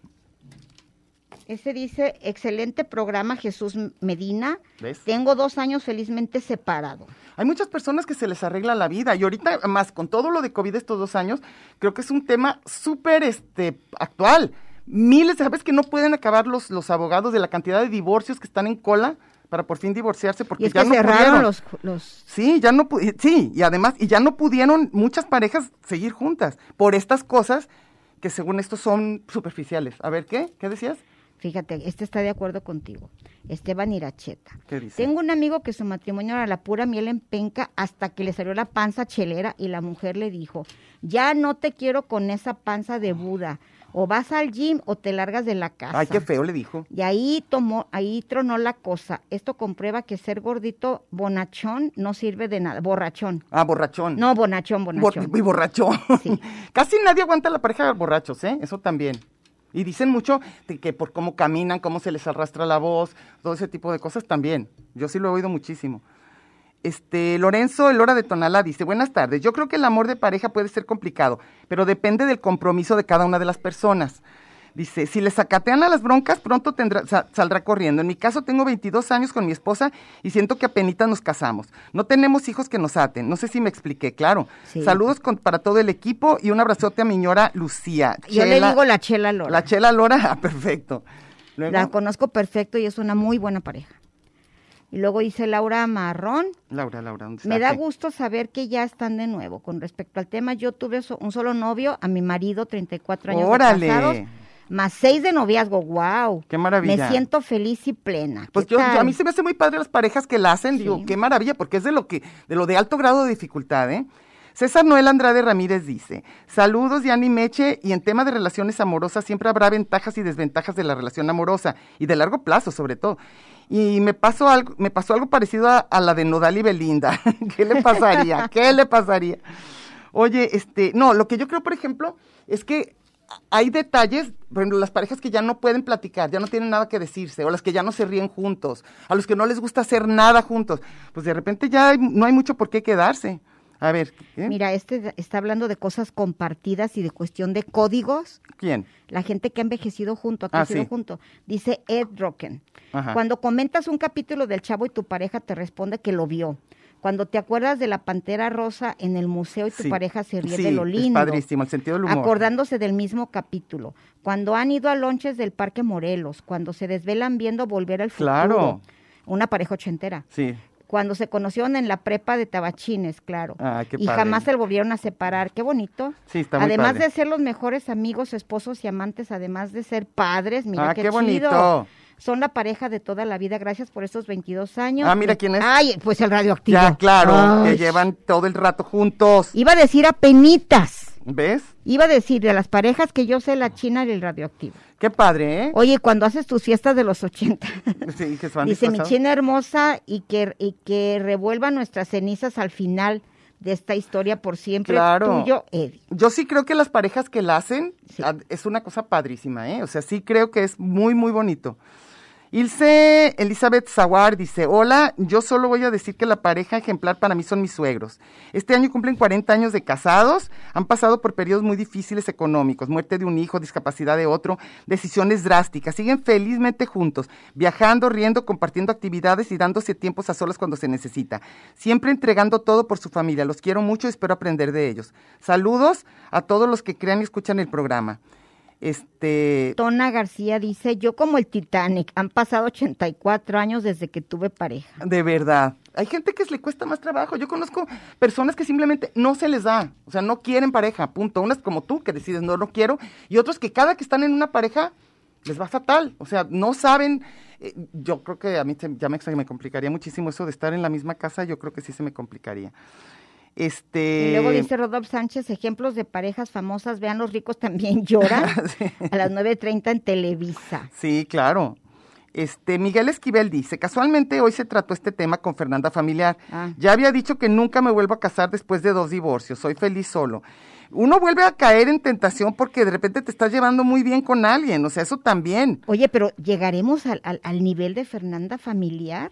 S4: Ese dice, excelente programa Jesús Medina.
S3: ¿Ves?
S4: Tengo dos años felizmente separado.
S3: Hay muchas personas que se les arregla la vida y ahorita más con todo lo de COVID estos dos años, creo que es un tema súper este, actual. Miles, ¿sabes que no pueden acabar los, los abogados de la cantidad de divorcios que están en cola para por fin divorciarse? Porque
S4: Y es
S3: ya
S4: que
S3: no
S4: cerraron
S3: pudieron.
S4: los, los
S3: Sí, ya no pu- sí, y además, y ya no pudieron muchas parejas seguir juntas por estas cosas que según esto son superficiales. A ver, ¿qué? ¿Qué decías?
S4: Fíjate, este está de acuerdo contigo. Esteban Iracheta.
S3: ¿Qué dice?
S4: Tengo un amigo que su matrimonio era la pura miel en penca hasta que le salió la panza chelera y la mujer le dijo, ya no te quiero con esa panza de Buda. O vas al gym o te largas de la casa.
S3: Ay, qué feo le dijo.
S4: Y ahí tomó, ahí tronó la cosa. Esto comprueba que ser gordito bonachón no sirve de nada. Borrachón.
S3: Ah, borrachón.
S4: No, bonachón,
S3: Bor-
S4: bonachón.
S3: y borrachón.
S4: Sí.
S3: Casi nadie aguanta la pareja de borrachos, ¿eh? Eso también. Y dicen mucho de que por cómo caminan, cómo se les arrastra la voz, todo ese tipo de cosas también. Yo sí lo he oído muchísimo. Este, Lorenzo El Hora de Tonalá dice, buenas tardes, yo creo que el amor de pareja puede ser complicado, pero depende del compromiso de cada una de las personas. Dice, si le sacatean a las broncas, pronto tendrá, sa- saldrá corriendo. En mi caso, tengo 22 años con mi esposa y siento que apenas nos casamos. No tenemos hijos que nos aten. No sé si me expliqué, claro.
S4: Sí.
S3: Saludos con- para todo el equipo y un abrazote a mi ñora Lucía.
S4: Yo le
S3: Chela-
S4: digo la chela Lora.
S3: La Chela Lora, ah, perfecto. Luego,
S4: La conozco perfecto y es una muy buena pareja. Y luego dice Laura Marrón,
S3: Laura, Laura, ¿dónde
S4: me
S3: está?
S4: da
S3: Ok.
S4: gusto saber que ya están de nuevo. Con respecto al tema, yo tuve so- un solo novio, a mi marido, 34 años de
S3: Órale.
S4: casados, más seis de noviazgo, wow.
S3: Qué maravilla.
S4: Me siento feliz y plena.
S3: Pues
S4: ¿Qué
S3: yo, yo- a
S4: tal?
S3: mí se me hace muy padre las parejas que la hacen, digo,
S4: Sí.
S3: qué maravilla, porque es de lo que, de lo de alto grado de dificultad, ¿eh? César Noel Andrade Ramírez dice, saludos Yanni Meche, y en tema de relaciones amorosas siempre habrá ventajas y desventajas de la relación amorosa, y de largo plazo sobre todo. Y me pasó algo, me pasó algo parecido a, a la de Nodal y Belinda. ¿Qué le pasaría? ¿Qué le pasaría? Oye, este, no, lo que yo creo, por ejemplo, es que hay detalles, por ejemplo, las parejas que ya no pueden platicar, ya no tienen nada que decirse, o las que ya no se ríen juntos, a los que no les gusta hacer nada juntos, pues de repente ya hay- no hay mucho por qué quedarse. A ver, ¿eh?
S4: Mira, este da- está hablando de cosas compartidas y de cuestión de códigos.
S3: ¿quién?
S4: La gente que ha envejecido junto, ha
S3: Ah,
S4: crecido
S3: sí.
S4: junto. Dice Ed Rocken.
S3: Ajá.
S4: Cuando comentas un capítulo del Chavo y tu pareja te responde que lo vio. Cuando te acuerdas de la pantera rosa en el museo y tu
S3: Sí.
S4: pareja se ríe
S3: Sí,
S4: de lo
S3: es
S4: lindo.
S3: padrísimo, el sentido del humor.
S4: Acordándose del mismo capítulo. Cuando han ido a lonches del Parque Morelos. Cuando se desvelan viendo volver al futuro.
S3: Claro.
S4: Una pareja ochentera
S3: Sí,
S4: cuando se conocieron en la prepa de Tabachines, claro.
S3: Ah, qué
S4: y
S3: padre.
S4: jamás se volvieron a separar. Qué bonito.
S3: Sí, está muy
S4: Además
S3: padre.
S4: de ser los mejores amigos, esposos y amantes, además de ser padres, mira
S3: Ah,
S4: qué,
S3: qué bonito.
S4: chido. Son la pareja de toda la vida. Gracias por estos 22 años.
S3: Ah, mira quién es.
S4: Ay, pues el radioactivo.
S3: ya claro,
S4: Ay.
S3: que llevan todo el rato juntos,
S4: Iba a decir a penitas.
S3: ¿ves?
S4: Iba a decir de las parejas que yo sé, la china y el radioactivo.
S3: Qué padre, ¿eh?
S4: Oye, cuando haces tus fiestas de los 80.
S3: Sí, que se van
S4: Dice mi
S3: disfrazados.
S4: china hermosa y que, y que revuelva nuestras cenizas al final de esta historia por siempre.
S3: Claro.
S4: Tuyo, Eddie.
S3: Yo sí creo que las parejas que la hacen
S4: Sí.
S3: ah, es una cosa padrísima, ¿eh? O sea, sí creo que es muy, muy bonito. Ilse Elizabeth Zawar dice, hola, yo solo voy a decir que la pareja ejemplar para mí son mis suegros. Este año cumplen 40 años de casados, han pasado por periodos muy difíciles económicos, muerte de un hijo, discapacidad de otro, decisiones drásticas, siguen felizmente juntos, viajando, riendo, compartiendo actividades y dándose tiempos a solas cuando se necesita, siempre entregando todo por su familia. Los quiero mucho y espero aprender de ellos. Saludos a todos los que crean y escuchan el programa. Este,
S4: Tona García dice, yo como el Titanic, han pasado 84 años desde que tuve pareja.
S3: De verdad. Hay gente que le cuesta más trabajo. Yo conozco personas que simplemente no se les da. O sea, no quieren pareja, punto. Unas como tú que decides, no, no quiero. Y otros que cada que están en una pareja les va fatal. O sea, no saben. eh, yo creo que a mí se- ya me, se me complicaría muchísimo eso de estar en la misma casa. Yo creo que sí se me complicaría. Este.
S4: Y luego dice Rodolfo Sánchez, ejemplos de parejas famosas, vean los ricos también lloran a las 9.30 en Televisa.
S3: Sí, claro. Este, Miguel Esquivel dice, casualmente hoy se trató este tema con Fernanda Familiar.
S4: Ah.
S3: Ya había dicho que nunca me vuelvo a casar después de dos divorcios, soy feliz solo. Uno vuelve a caer en tentación porque de repente te estás llevando muy bien con alguien, o sea, eso también,
S4: Oye, pero ¿llegaremos al, al- al nivel de Fernanda familiar?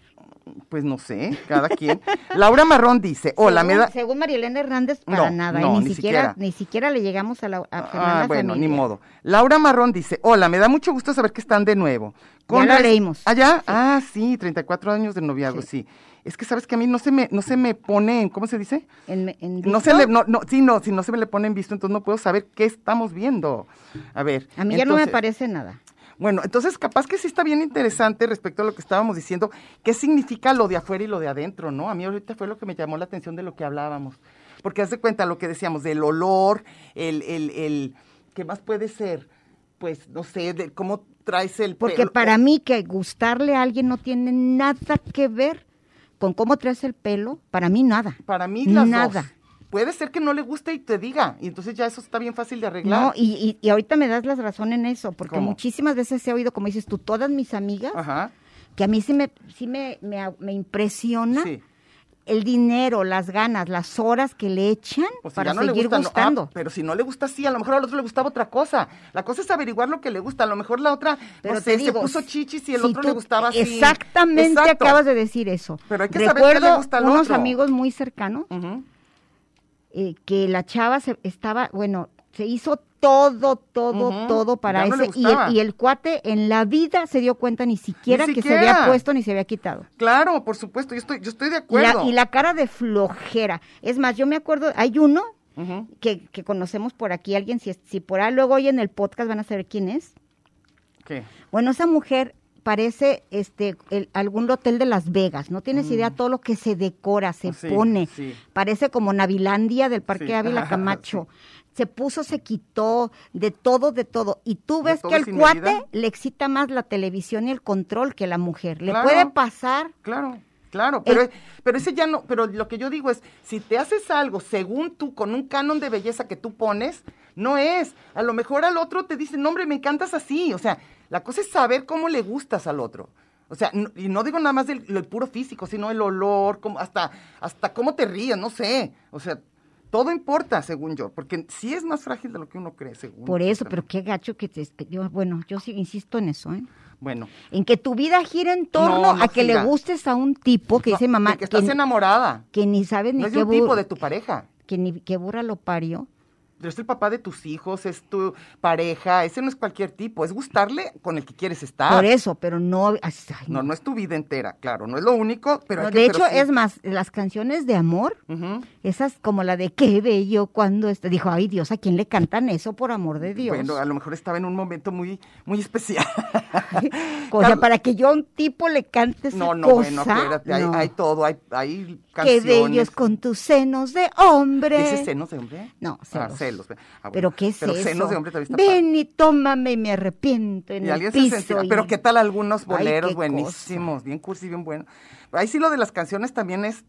S3: pues no sé, cada quien. Laura Marrón dice, hola, me
S4: según,
S3: da...
S4: según Marielena Hernández, para
S3: No,
S4: nada. ¿eh?
S3: no,
S4: ni,
S3: ni
S4: siquiera,
S3: siquiera.
S4: ni siquiera le llegamos a la a
S3: Ah,
S4: Fernanda
S3: bueno, ni
S4: Familia.
S3: modo. Laura Marrón dice, hola, me da mucho gusto saber que están de nuevo.
S4: Ya la
S3: res-
S4: leímos.
S3: ¿Ah, ya? Ah, sí, 34 años de noviazgo, sí. Es que sabes que a mí no se me, no se me pone, en- ¿cómo se dice?
S4: En- en
S3: No se
S4: visto.
S3: le, no, no, sí, no, si no se me le pone en visto, entonces no puedo saber qué estamos viendo. A ver.
S4: A mí ya no me
S3: entonces-
S4: parece nada.
S3: Bueno, entonces capaz que sí está bien interesante respecto a lo que estábamos diciendo, qué significa lo de afuera y lo de adentro, ¿no? A mí ahorita fue lo que me llamó la atención de lo que hablábamos. Porque haz de cuenta lo que decíamos, del olor, el, el, el, ¿qué más puede ser? Pues, no sé, de cómo traes el
S4: Porque
S3: pelo.
S4: para mí que gustarle a alguien no tiene nada que ver con cómo traes el pelo. Para mí nada.
S3: Para mí las
S4: Nada.
S3: dos. Puede ser que no le guste y te diga, y entonces ya eso está bien fácil de arreglar.
S4: No, y, y- y ahorita me das la razón en eso, porque
S3: ¿Cómo?
S4: muchísimas veces he oído, como dices tú, todas mis amigas,
S3: Ajá,
S4: que a mí sí me, sí me, me, a- me impresiona
S3: sí.
S4: el dinero, las ganas, las horas que le echan
S3: Pues si
S4: para
S3: ya no le
S4: seguir
S3: gusta, no. Ah,
S4: gustando.
S3: pero si no le gusta, sí, a lo mejor al otro le gustaba otra cosa. La cosa es averiguar lo que le gusta. A lo mejor la otra,
S4: Pero
S3: no
S4: te
S3: sé,
S4: digo,
S3: se Pues puso chichis y el
S4: si
S3: otro
S4: tú-
S3: le gustaba así.
S4: Exactamente
S3: Exacto.
S4: acabas de decir eso.
S3: Pero hay que saber
S4: Recuerdo
S3: qué le gusta al
S4: unos
S3: otro.
S4: amigos muy cercanos
S3: Ujú.
S4: eh, que la chava se, estaba, bueno, se hizo todo, todo,
S3: Ujú,
S4: todo para
S3: ya no le
S4: ese. y, el,
S3: gustaba.
S4: y el cuate en la vida se dio cuenta ni siquiera,
S3: Ni
S4: que se había
S3: siquiera.
S4: puesto ni se había quitado.
S3: Claro, por supuesto, yo estoy, yo estoy de
S4: Y la,
S3: acuerdo.
S4: y la cara de flojera. Es más, yo me acuerdo, hay uno
S3: Ujú.
S4: que, que conocemos por aquí, alguien, si, es- si por ahí luego hoy en el podcast van a saber quién es.
S3: ¿Qué?
S4: Bueno, esa mujer parece este el- algún hotel de Las Vegas. No tienes idea todo lo que se decora, se
S3: Mm. Oh, Sí,
S4: pone.
S3: sí.
S4: Parece como Navilandia del Parque
S3: Sí,
S4: Ávila
S3: ajá,
S4: Camacho. Se puso, se quitó, de todo, de todo. Y tú
S3: De
S4: ves
S3: todo
S4: que el
S3: sin
S4: cuate
S3: medida.
S4: le excita más la televisión y el control que la mujer. Le
S3: Claro.
S4: puede pasar.
S3: Claro, claro,
S4: El-
S3: pero, e, pero ese ya no, pero lo que yo digo es, si te haces algo según tú, con un canon de belleza que tú pones, no es. A lo mejor al otro te dicen, no, hombre, me encantas así. O sea, la cosa es saber cómo le gustas al otro. O sea, n- y no digo nada más del, del puro físico, sino el olor, cómo- hasta, hasta cómo te ríes, no sé. O sea, Todo importa, según yo, porque sí es más frágil de lo que uno cree, según
S4: Por
S3: yo
S4: eso,
S3: también.
S4: pero qué gacho que te... yo- bueno, yo sí insisto en eso, ¿eh?
S3: Bueno,
S4: En que tu vida gira en torno
S3: No, no
S4: a que
S3: gira.
S4: le gustes a un tipo que
S3: no,
S4: dice mamá
S3: de que estás
S4: que,
S3: enamorada.
S4: que ni sabe ni
S3: No es de
S4: qué
S3: un tipo
S4: bur-
S3: de tu pareja.
S4: que ni qué burra lo parió.
S3: Pero es el papá de tus hijos, es tu pareja, ese no es cualquier tipo, es gustarle con el que quieres estar.
S4: Por eso, pero no, ay, ay,
S3: Ah. No, no es tu vida entera, claro, no es lo único, pero... hay
S4: No,
S3: que-
S4: de
S3: pero
S4: hecho,
S3: sí.
S4: es más, las canciones de amor,
S3: Ujú.
S4: esas como la de qué bello cuando este dijo, ay Dios, ¿a quién le cantan eso por amor de Dios?
S3: Bueno, a lo mejor estaba en un momento muy, muy especial.
S4: o sea,
S3: Carla-
S4: para que yo a un tipo le cante esa
S3: No, no,
S4: cosa.
S3: bueno, espérate, hay,
S4: no.
S3: hay todo, hay, hay
S4: qué
S3: canciones.
S4: bellos con tus senos de hombre.
S3: ¿Dices senos de hombre?
S4: No,
S3: Ah,
S4: celos.
S3: celos. Ah, bueno.
S4: Pero qué es
S3: Pero
S4: eso?
S3: senos de hombre también está padre.
S4: Ven y tómame y me arrepiento en
S3: Y
S4: el
S3: alguien
S4: piso.
S3: se sentirá.
S4: y-
S3: Pero qué tal algunos
S4: Ay,
S3: boleros
S4: qué
S3: buenísimos, bien cursi, bien bueno. Ahí sí lo de las canciones también es,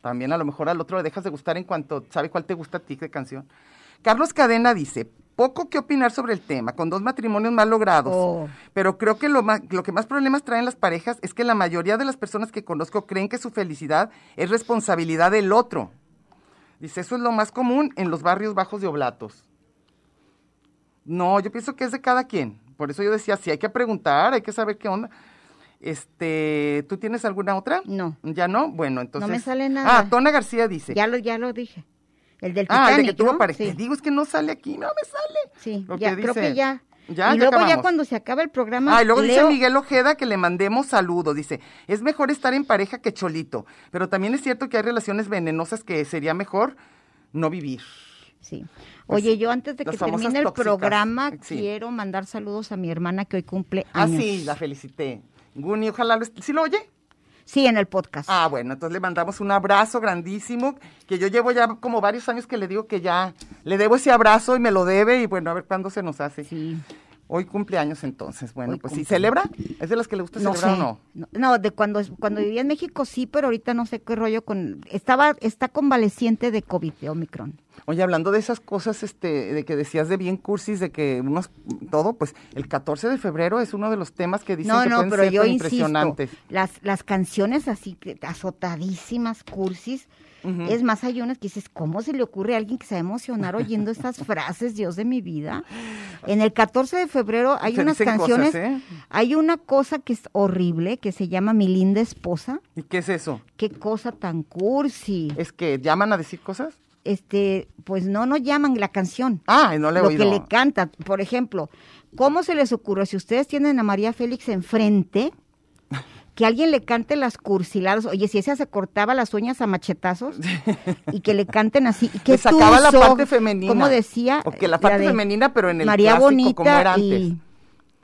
S3: también a lo mejor al otro le dejas de gustar en cuanto sabe cuál te gusta a ti de canción. Carlos Cadena dice, poco que opinar sobre el tema, con dos matrimonios mal logrados.
S4: Oh.
S3: Pero creo que lo, ma- lo que más problemas traen las parejas es que la mayoría de las personas que conozco creen que su felicidad es responsabilidad del otro. Dice, eso es lo más común en los barrios bajos de Oblatos. No, yo pienso que es de cada quien. Por eso yo decía, sí, hay que preguntar, hay que saber qué onda. Este, ¿tú tienes alguna otra?
S4: No.
S3: ¿Ya no? Bueno, entonces.
S4: sale nada.
S3: Ah, Tona García dice.
S4: Ya lo, ya lo dije. El del
S3: ah, el de que
S4: Titanic,
S3: tuvo
S4: ¿no?
S3: pareja.
S4: Sí.
S3: Te digo, es que no sale aquí, no me sale.
S4: Sí,
S3: Lo
S4: ya,
S3: que
S4: creo
S3: dice.
S4: que ya.
S3: Ya,
S4: y
S3: ya
S4: luego ya
S3: acabamos.
S4: cuando se acaba el programa.
S3: Ah, y luego dice
S4: leo-
S3: Miguel Ojeda que le mandemos saludos. Dice, es mejor estar en pareja que cholito, pero también es cierto que hay relaciones venenosas que sería mejor no vivir.
S4: Sí. Oye, yo antes de
S3: pues, las
S4: que
S3: famosas
S4: termine el
S3: tóxicas.
S4: programa
S3: Sí.
S4: quiero mandar saludos a mi hermana que hoy cumple
S3: Ah,
S4: años.
S3: sí, la felicité. Guni, ojalá lo est- ¿Sí lo oye?
S4: Sí, en el podcast.
S3: Ah, bueno, entonces le mandamos un abrazo grandísimo, que yo llevo ya como varios años que le digo que ya le debo ese abrazo y me lo debe y bueno, a ver cuándo se nos hace.
S4: Sí.
S3: Hoy cumpleaños entonces, bueno,
S4: Hoy
S3: pues sí,
S4: cumple.
S3: ¿celebra? ¿Es de las que le gusta
S4: No sé.
S3: celebrar o no?
S4: No, no, de cuando cuando vivía en México sí, pero ahorita no sé qué rollo con estaba está convaleciente de COVID, de Omicron.
S3: Oye, hablando de esas cosas este, de que decías de bien cursis, de que unos, todo, pues el 14 de febrero es uno de los temas que dicen
S4: no,
S3: que
S4: no,
S3: pueden
S4: pero
S3: ser
S4: yo
S3: tan
S4: insisto,
S3: impresionantes.
S4: las las canciones así que azotadísimas, cursis, es más hay unas que dices, ¿cómo se le ocurre a alguien que se va a emocionar oyendo estas frases, Dios de mi vida? En el 14 de febrero hay
S3: Se
S4: unas
S3: dicen cosas,
S4: canciones,
S3: ¿eh?
S4: hay una cosa que es horrible que se llama Mi linda esposa.
S3: ¿Y qué es eso?
S4: Qué cosa tan cursi.
S3: ¿Es que llaman a decir cosas?
S4: este, pues no nos llaman la canción.
S3: Ah, no le he
S4: lo
S3: oído.
S4: que le canta, por ejemplo, ¿cómo se les ocurre si ustedes tienen a María Félix enfrente que alguien le cante las cursiladas? Oye, si esa se cortaba las uñas a machetazos y que le canten así, y que
S3: Le sacaba la
S4: tuso,
S3: parte femenina.
S4: Como decía,
S3: O que la parte
S4: de
S3: femenina, pero en el
S4: María
S3: clásico,
S4: Bonita
S3: como era antes.
S4: Y,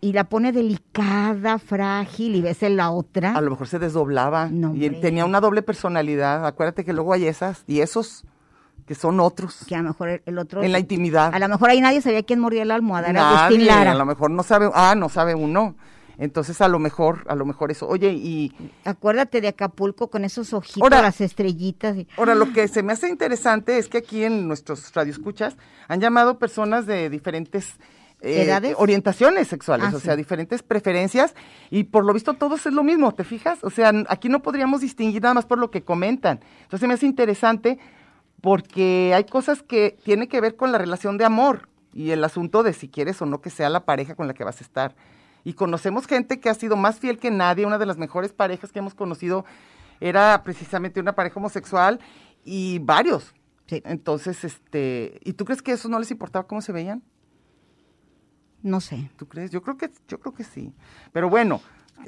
S4: y la pone delicada, frágil y ves en la otra.
S3: A lo mejor se desdoblaba
S4: Ah. No,
S3: y él
S4: hombre.
S3: tenía una doble personalidad. Acuérdate que luego hay esas y esos que son otros.
S4: que a lo mejor el- el otro
S3: En la intimidad.
S4: a lo mejor ahí nadie sabía quién mordía la almohada era Agustín
S3: Nadie,
S4: Lara
S3: a lo mejor no sabe, ah, no sabe uno. Entonces a lo mejor, a lo mejor eso. Oye, y
S4: Acuérdate de Acapulco con esos ojitos,
S3: Ahora-
S4: las estrellitas. y-
S3: Ahora, lo que se me hace interesante es que aquí en nuestros radioescuchas han llamado personas de diferentes eh,
S4: ¿Edades?
S3: orientaciones sexuales,
S4: Ah,
S3: o
S4: sí.
S3: sea, diferentes preferencias, y por lo visto todos es lo mismo, ¿te fijas? O sea, n- aquí no podríamos distinguir nada más por lo que comentan. Entonces se me hace interesante porque hay cosas que tienen que ver con la relación de amor y el asunto de si quieres o no que sea la pareja con la que vas a estar. Y conocemos gente que ha sido más fiel que nadie, una de las mejores parejas que hemos conocido era precisamente una pareja homosexual y varios.
S4: Sí.
S3: Entonces, este, ¿y tú crees que eso no les importaba cómo se veían?
S4: No sé.
S3: ¿Tú crees? Yo creo que yo creo que sí. Pero bueno,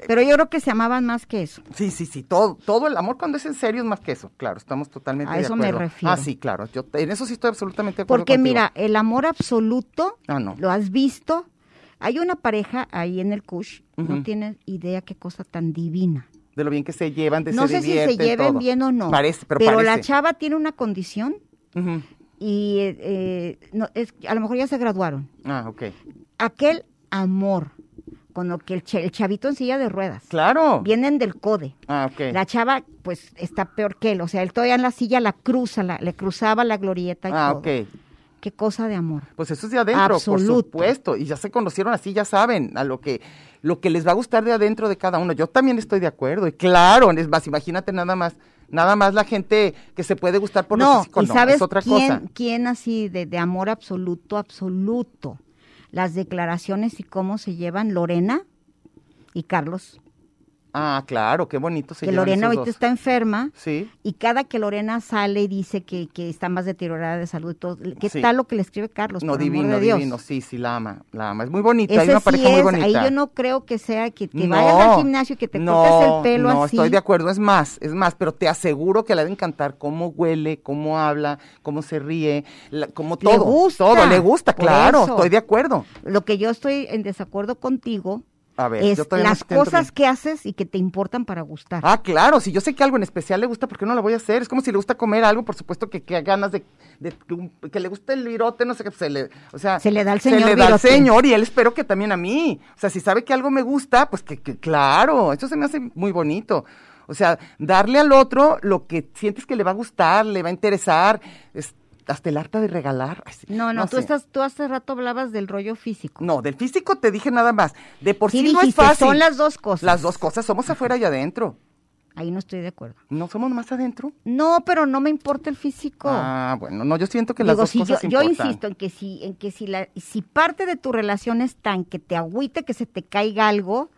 S4: Pero yo creo que se amaban más que eso.
S3: sí, sí, sí, todo todo el amor cuando es en serio es más que eso. Claro, estamos totalmente
S4: A
S3: de
S4: eso me
S3: acuerdo.
S4: refiero.
S3: Ah, sí, claro. Yo en eso sí estoy absolutamente de acuerdo.
S4: Porque
S3: contigo.
S4: mira, el amor absoluto,
S3: Ah, no.
S4: lo has visto. Hay una pareja ahí en el Kush,
S3: Ujú.
S4: no tienes idea qué cosa tan divina.
S3: de lo bien que se llevan, de
S4: No
S3: se
S4: sé si se
S3: divierten,
S4: lleven
S3: todo.
S4: bien o no.
S3: Parece, pero,
S4: la
S3: parece.
S4: chava tiene una condición
S3: Ujú.
S4: y eh, eh, no, es, a lo mejor ya se graduaron.
S3: Ah, ok.
S4: Aquel amor con lo que el, ch- el chavito en silla de ruedas.
S3: Claro.
S4: Vienen del CODE.
S3: Ah, ok.
S4: La chava, pues, está peor que él. O sea, él todavía en la silla la cruza, la, le cruzaba la glorieta y
S3: ah,
S4: todo.
S3: ok.
S4: Qué cosa de amor.
S3: Pues eso es de adentro,
S4: Absoluto.
S3: por supuesto. Y ya se conocieron así, ya saben a lo que, lo que les va a gustar de adentro de cada uno. Yo también estoy de acuerdo. Y claro, es más, imagínate nada más Nada más la gente que se puede gustar por lo
S4: no,
S3: físico,
S4: y
S3: no,
S4: sabes
S3: es otra
S4: quién,
S3: cosa.
S4: quién así de, de amor absoluto, absoluto. Las declaraciones y cómo se llevan Lorena y Carlos.
S3: Ah, claro, qué bonito se
S4: que
S3: llevan
S4: Lorena
S3: esos
S4: ahorita
S3: dos.
S4: está enferma
S3: Sí,
S4: y cada que Lorena sale y dice que, que está más deteriorada de salud y todo, ¿qué
S3: Sí.
S4: tal lo que le escribe Carlos?
S3: no,
S4: por amor
S3: divino,
S4: de Dios?
S3: divino, sí, sí, la ama, la ama. Es muy bonita, hay
S4: Ese
S3: una
S4: sí
S3: pareja muy
S4: es,
S3: bonita.
S4: ahí yo no creo que sea que, que
S3: No,
S4: vayas al gimnasio y que te cortes el pelo
S3: no,
S4: así.
S3: estoy de acuerdo, es más, es más, pero te aseguro que le ha de encantar cómo huele, cómo habla, cómo se ríe, la- cómo
S4: Le
S3: todo,
S4: gusta,
S3: todo, le gusta,
S4: por
S3: claro,
S4: eso.
S3: estoy de acuerdo.
S4: Lo que yo estoy en desacuerdo contigo
S3: A ver,
S4: es
S3: yo todavía no
S4: las
S3: entiendo
S4: cosas
S3: bien.
S4: que haces y que te importan para gustar.
S3: Ah, claro, si yo sé que algo en especial le gusta, ¿por qué no lo voy a hacer? Es como si le gusta comer algo, por supuesto que, que ganas de, de- que le guste el virote, no sé qué, pues, se le, o sea,
S4: Se le da al
S3: Se
S4: señor
S3: le da al
S4: virote.
S3: señor y él espero que también a mí. O sea, si sabe que algo me gusta, pues que, que claro, eso se me hace muy bonito. O sea, darle al otro lo que sientes que le va a gustar, le va a interesar, es hasta el harta de regalar. Ay, sí,
S4: no, no, tú
S3: sé.
S4: estás, tú hace rato hablabas del rollo físico.
S3: No, del físico te dije nada más. De por sí,
S4: Sí
S3: no es
S4: dijiste,
S3: fácil.
S4: son las dos cosas.
S3: Las dos cosas, somos afuera y adentro.
S4: Ahí no estoy de acuerdo.
S3: ¿No somos más adentro?
S4: No, pero no me importa el físico.
S3: Ah, bueno, no, yo siento que las
S4: Digo,
S3: dos
S4: si yo,
S3: cosas
S4: yo
S3: importan.
S4: insisto en que si, en que si la, si parte de tu relación es tan que te agüite que se te caiga algo,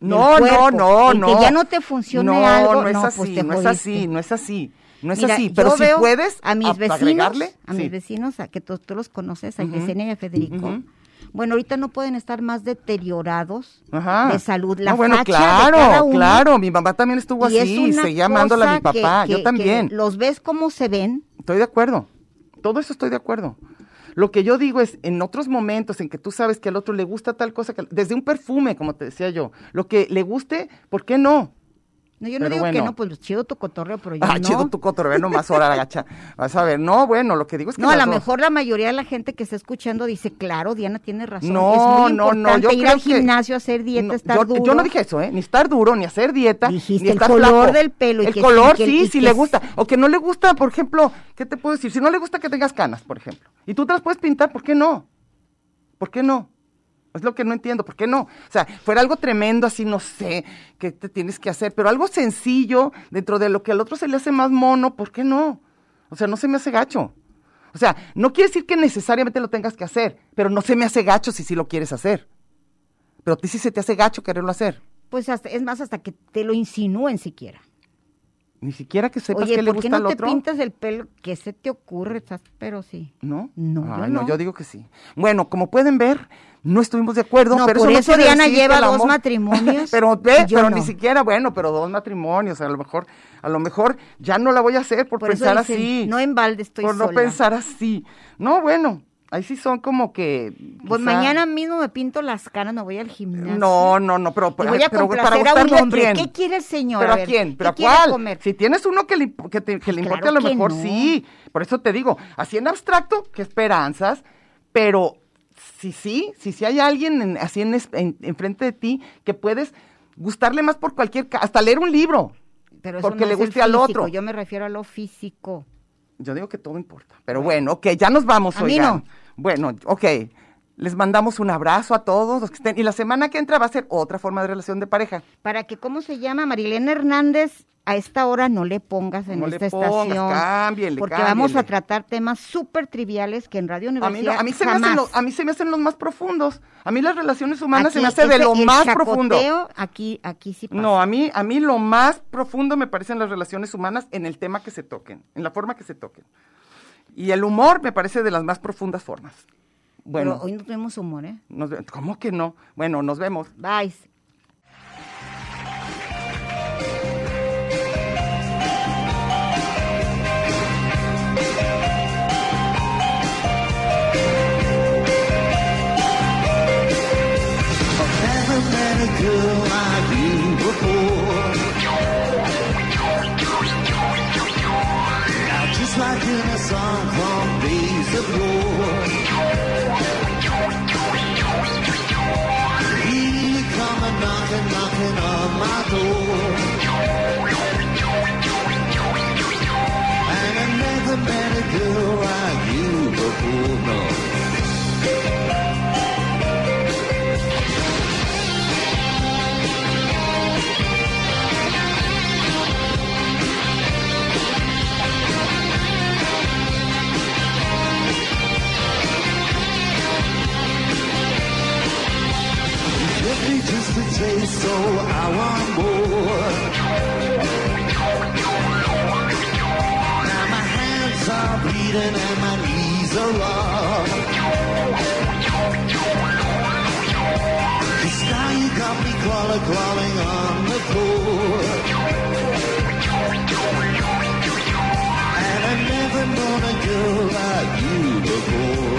S4: del
S3: No, no,
S4: cuerpo,
S3: no,
S4: en
S3: no.
S4: que ya no te funcione
S3: No,
S4: algo,
S3: no es
S4: no,
S3: así,
S4: pues te
S3: no es
S4: jodiste.
S3: así, no es así, no es
S4: Mira,
S3: así.
S4: yo
S3: Pero si
S4: veo
S3: puedes
S4: a mis
S3: a-
S4: vecinos,
S3: agregarle,
S4: a mis
S3: sí.
S4: vecinos, a que tú, tú los conoces, a
S3: Ujú.
S4: Yesenia y a Federico.
S3: Ujú.
S4: Bueno, ahorita no pueden estar más deteriorados
S3: Ajá.
S4: de salud. La
S3: No, bueno,
S4: facha de
S3: claro,
S4: cada uno.
S3: claro. Mi mamá también estuvo
S4: Y es
S3: así,
S4: una
S3: seguía amándola a mi
S4: cosa que-
S3: papá.
S4: que-
S3: yo
S4: que
S3: también.
S4: los ves como se ven.
S3: Estoy de acuerdo. Todo eso estoy de acuerdo. Lo que yo digo es, en otros momentos en que tú sabes que al otro le gusta tal cosa, que, desde un perfume, como te decía yo, lo que le guste, ¿por qué no?
S4: No, yo no
S3: Pero
S4: digo que
S3: bueno.
S4: no, pues chido tu cotorreo, pero yo
S3: Ah,
S4: no.
S3: chido tu cotorreo, nomás ahora la gacha. Vas a ver, no, bueno, lo que digo es que
S4: No, a
S3: las
S4: lo
S3: dos.
S4: mejor la mayoría de la gente que está escuchando dice, claro, Diana tiene razón.
S3: No,
S4: es muy
S3: no, no, yo
S4: importante ir
S3: creo
S4: al
S3: que-
S4: gimnasio, hacer dieta,
S3: No,
S4: estar
S3: yo,
S4: duro.
S3: yo no dije eso, ¿eh? Ni estar duro, ni hacer dieta.
S4: Dijiste
S3: ni
S4: el
S3: estar
S4: color
S3: flaco.
S4: del pelo y
S3: El
S4: que sí,
S3: color
S4: que-
S3: sí,
S4: y
S3: si
S4: que
S3: le
S4: sí.
S3: gusta. O que no le gusta, por ejemplo, ¿qué te puedo decir? Si no le gusta que tengas canas, por ejemplo. Y tú te las puedes pintar, ¿por qué no? ¿Por qué no? Es lo que no entiendo, ¿por qué no? O sea, fuera algo tremendo así, no sé, qué te tienes que hacer, pero algo sencillo dentro de lo que al otro se le hace más mono, ¿por qué no? O sea, no se me hace gacho. O sea, no quiere decir que necesariamente lo tengas que hacer, pero no se me hace gacho si sí lo quieres hacer. Pero a ti sí se te hace gacho quererlo hacer.
S4: Pues hasta- es más, hasta que te lo insinúen siquiera.
S3: Ni siquiera que sepas
S4: Oye,
S3: que le
S4: ¿por qué
S3: gusta
S4: no
S3: al
S4: te
S3: otro.
S4: pintas el pelo? ¿Qué se te ocurre? Estás- Pero sí.
S3: ¿No?
S4: No,
S3: Ay,
S4: yo no.
S3: yo digo que sí. Bueno, como pueden ver, no estuvimos de acuerdo,
S4: No,
S3: pero
S4: por
S3: no
S4: eso
S3: quiere
S4: Diana
S3: decir que
S4: lleva
S3: el
S4: dos
S3: amor-
S4: matrimonios
S3: pero ve,
S4: y yo
S3: pero
S4: no.
S3: ni siquiera, bueno, pero dos matrimonios, a lo mejor, a lo mejor ya no la voy a hacer por,
S4: Por eso
S3: pensar
S4: dicen,
S3: así.
S4: no en balde estoy
S3: Por no
S4: sola.
S3: pensar así. No, bueno, ahí sí son como que
S4: Pues
S3: quizá-
S4: mañana mismo me pinto las caras, me voy al gimnasio.
S3: No, no, no, pero,
S4: Y
S3: pero,
S4: voy a
S3: pero para
S4: complacer a un
S3: gustarle a
S4: hombre.
S3: quién.
S4: ¿Qué quiere el señor?
S3: ¿Pero
S4: A
S3: a
S4: ver,
S3: quién?
S4: ¿qué
S3: ¿Pero a
S4: quiere
S3: cuál?
S4: comer? Pues
S3: Si tienes uno que le, imp- que te- que le
S4: Claro
S3: importe, a lo
S4: que
S3: mejor
S4: no.
S3: sí. Por eso te digo, así en abstracto, qué esperanzas, pero si sí, si sí hay alguien en- así en, es- en- enfrente de ti que puedes gustarle más por cualquier, ca- hasta leer un libro.
S4: Pero eso
S3: porque
S4: no
S3: le
S4: es el
S3: guste al
S4: físico,
S3: otro.
S4: Yo me refiero a lo físico.
S3: Yo digo que todo importa. Pero bueno, ok, ya nos vamos,
S4: A mí
S3: oigan.
S4: no.
S3: Bueno, ok. Les mandamos un abrazo a todos los que estén. Y la semana que entra va a ser otra forma de relación de pareja.
S4: Para que, ¿cómo se llama? Marilena Hernández, a esta hora no le pongas en
S3: No le
S4: esta
S3: pongas,
S4: estación.
S3: cámbiale,
S4: porque vamos a
S3: cámbiale.
S4: tratar temas súper triviales que en Radio
S3: A mí,
S4: Universidad
S3: no- a, mí se me
S4: jamás.
S3: hacen los, a mí se me hacen los más profundos. A mí las relaciones humanas se
S4: Aquí,
S3: me hace de
S4: ese-
S3: lo
S4: el
S3: más
S4: chacoteo,
S3: profundo.
S4: Aquí, aquí sí pasa.
S3: No, a mí, a mí lo más profundo me parecen las relaciones humanas en el tema que se toquen, en la forma que se toquen. Y el humor me parece de las más profundas formas. Bueno,
S4: Pero hoy no tenemos humor, ¿eh?
S3: nos ve- ¿cómo que no? Bueno, nos vemos.
S4: Bye.
S5: Never met a girl like you before. Now just like in a song from days of yore. Here you come a knocking, knocking on my door. And I never met a girl like you before, no. taste, so I want more. Now my hands are bleeding and my knees are raw. This time you got me crawling, crawling on the floor. And I've never known a girl like you before.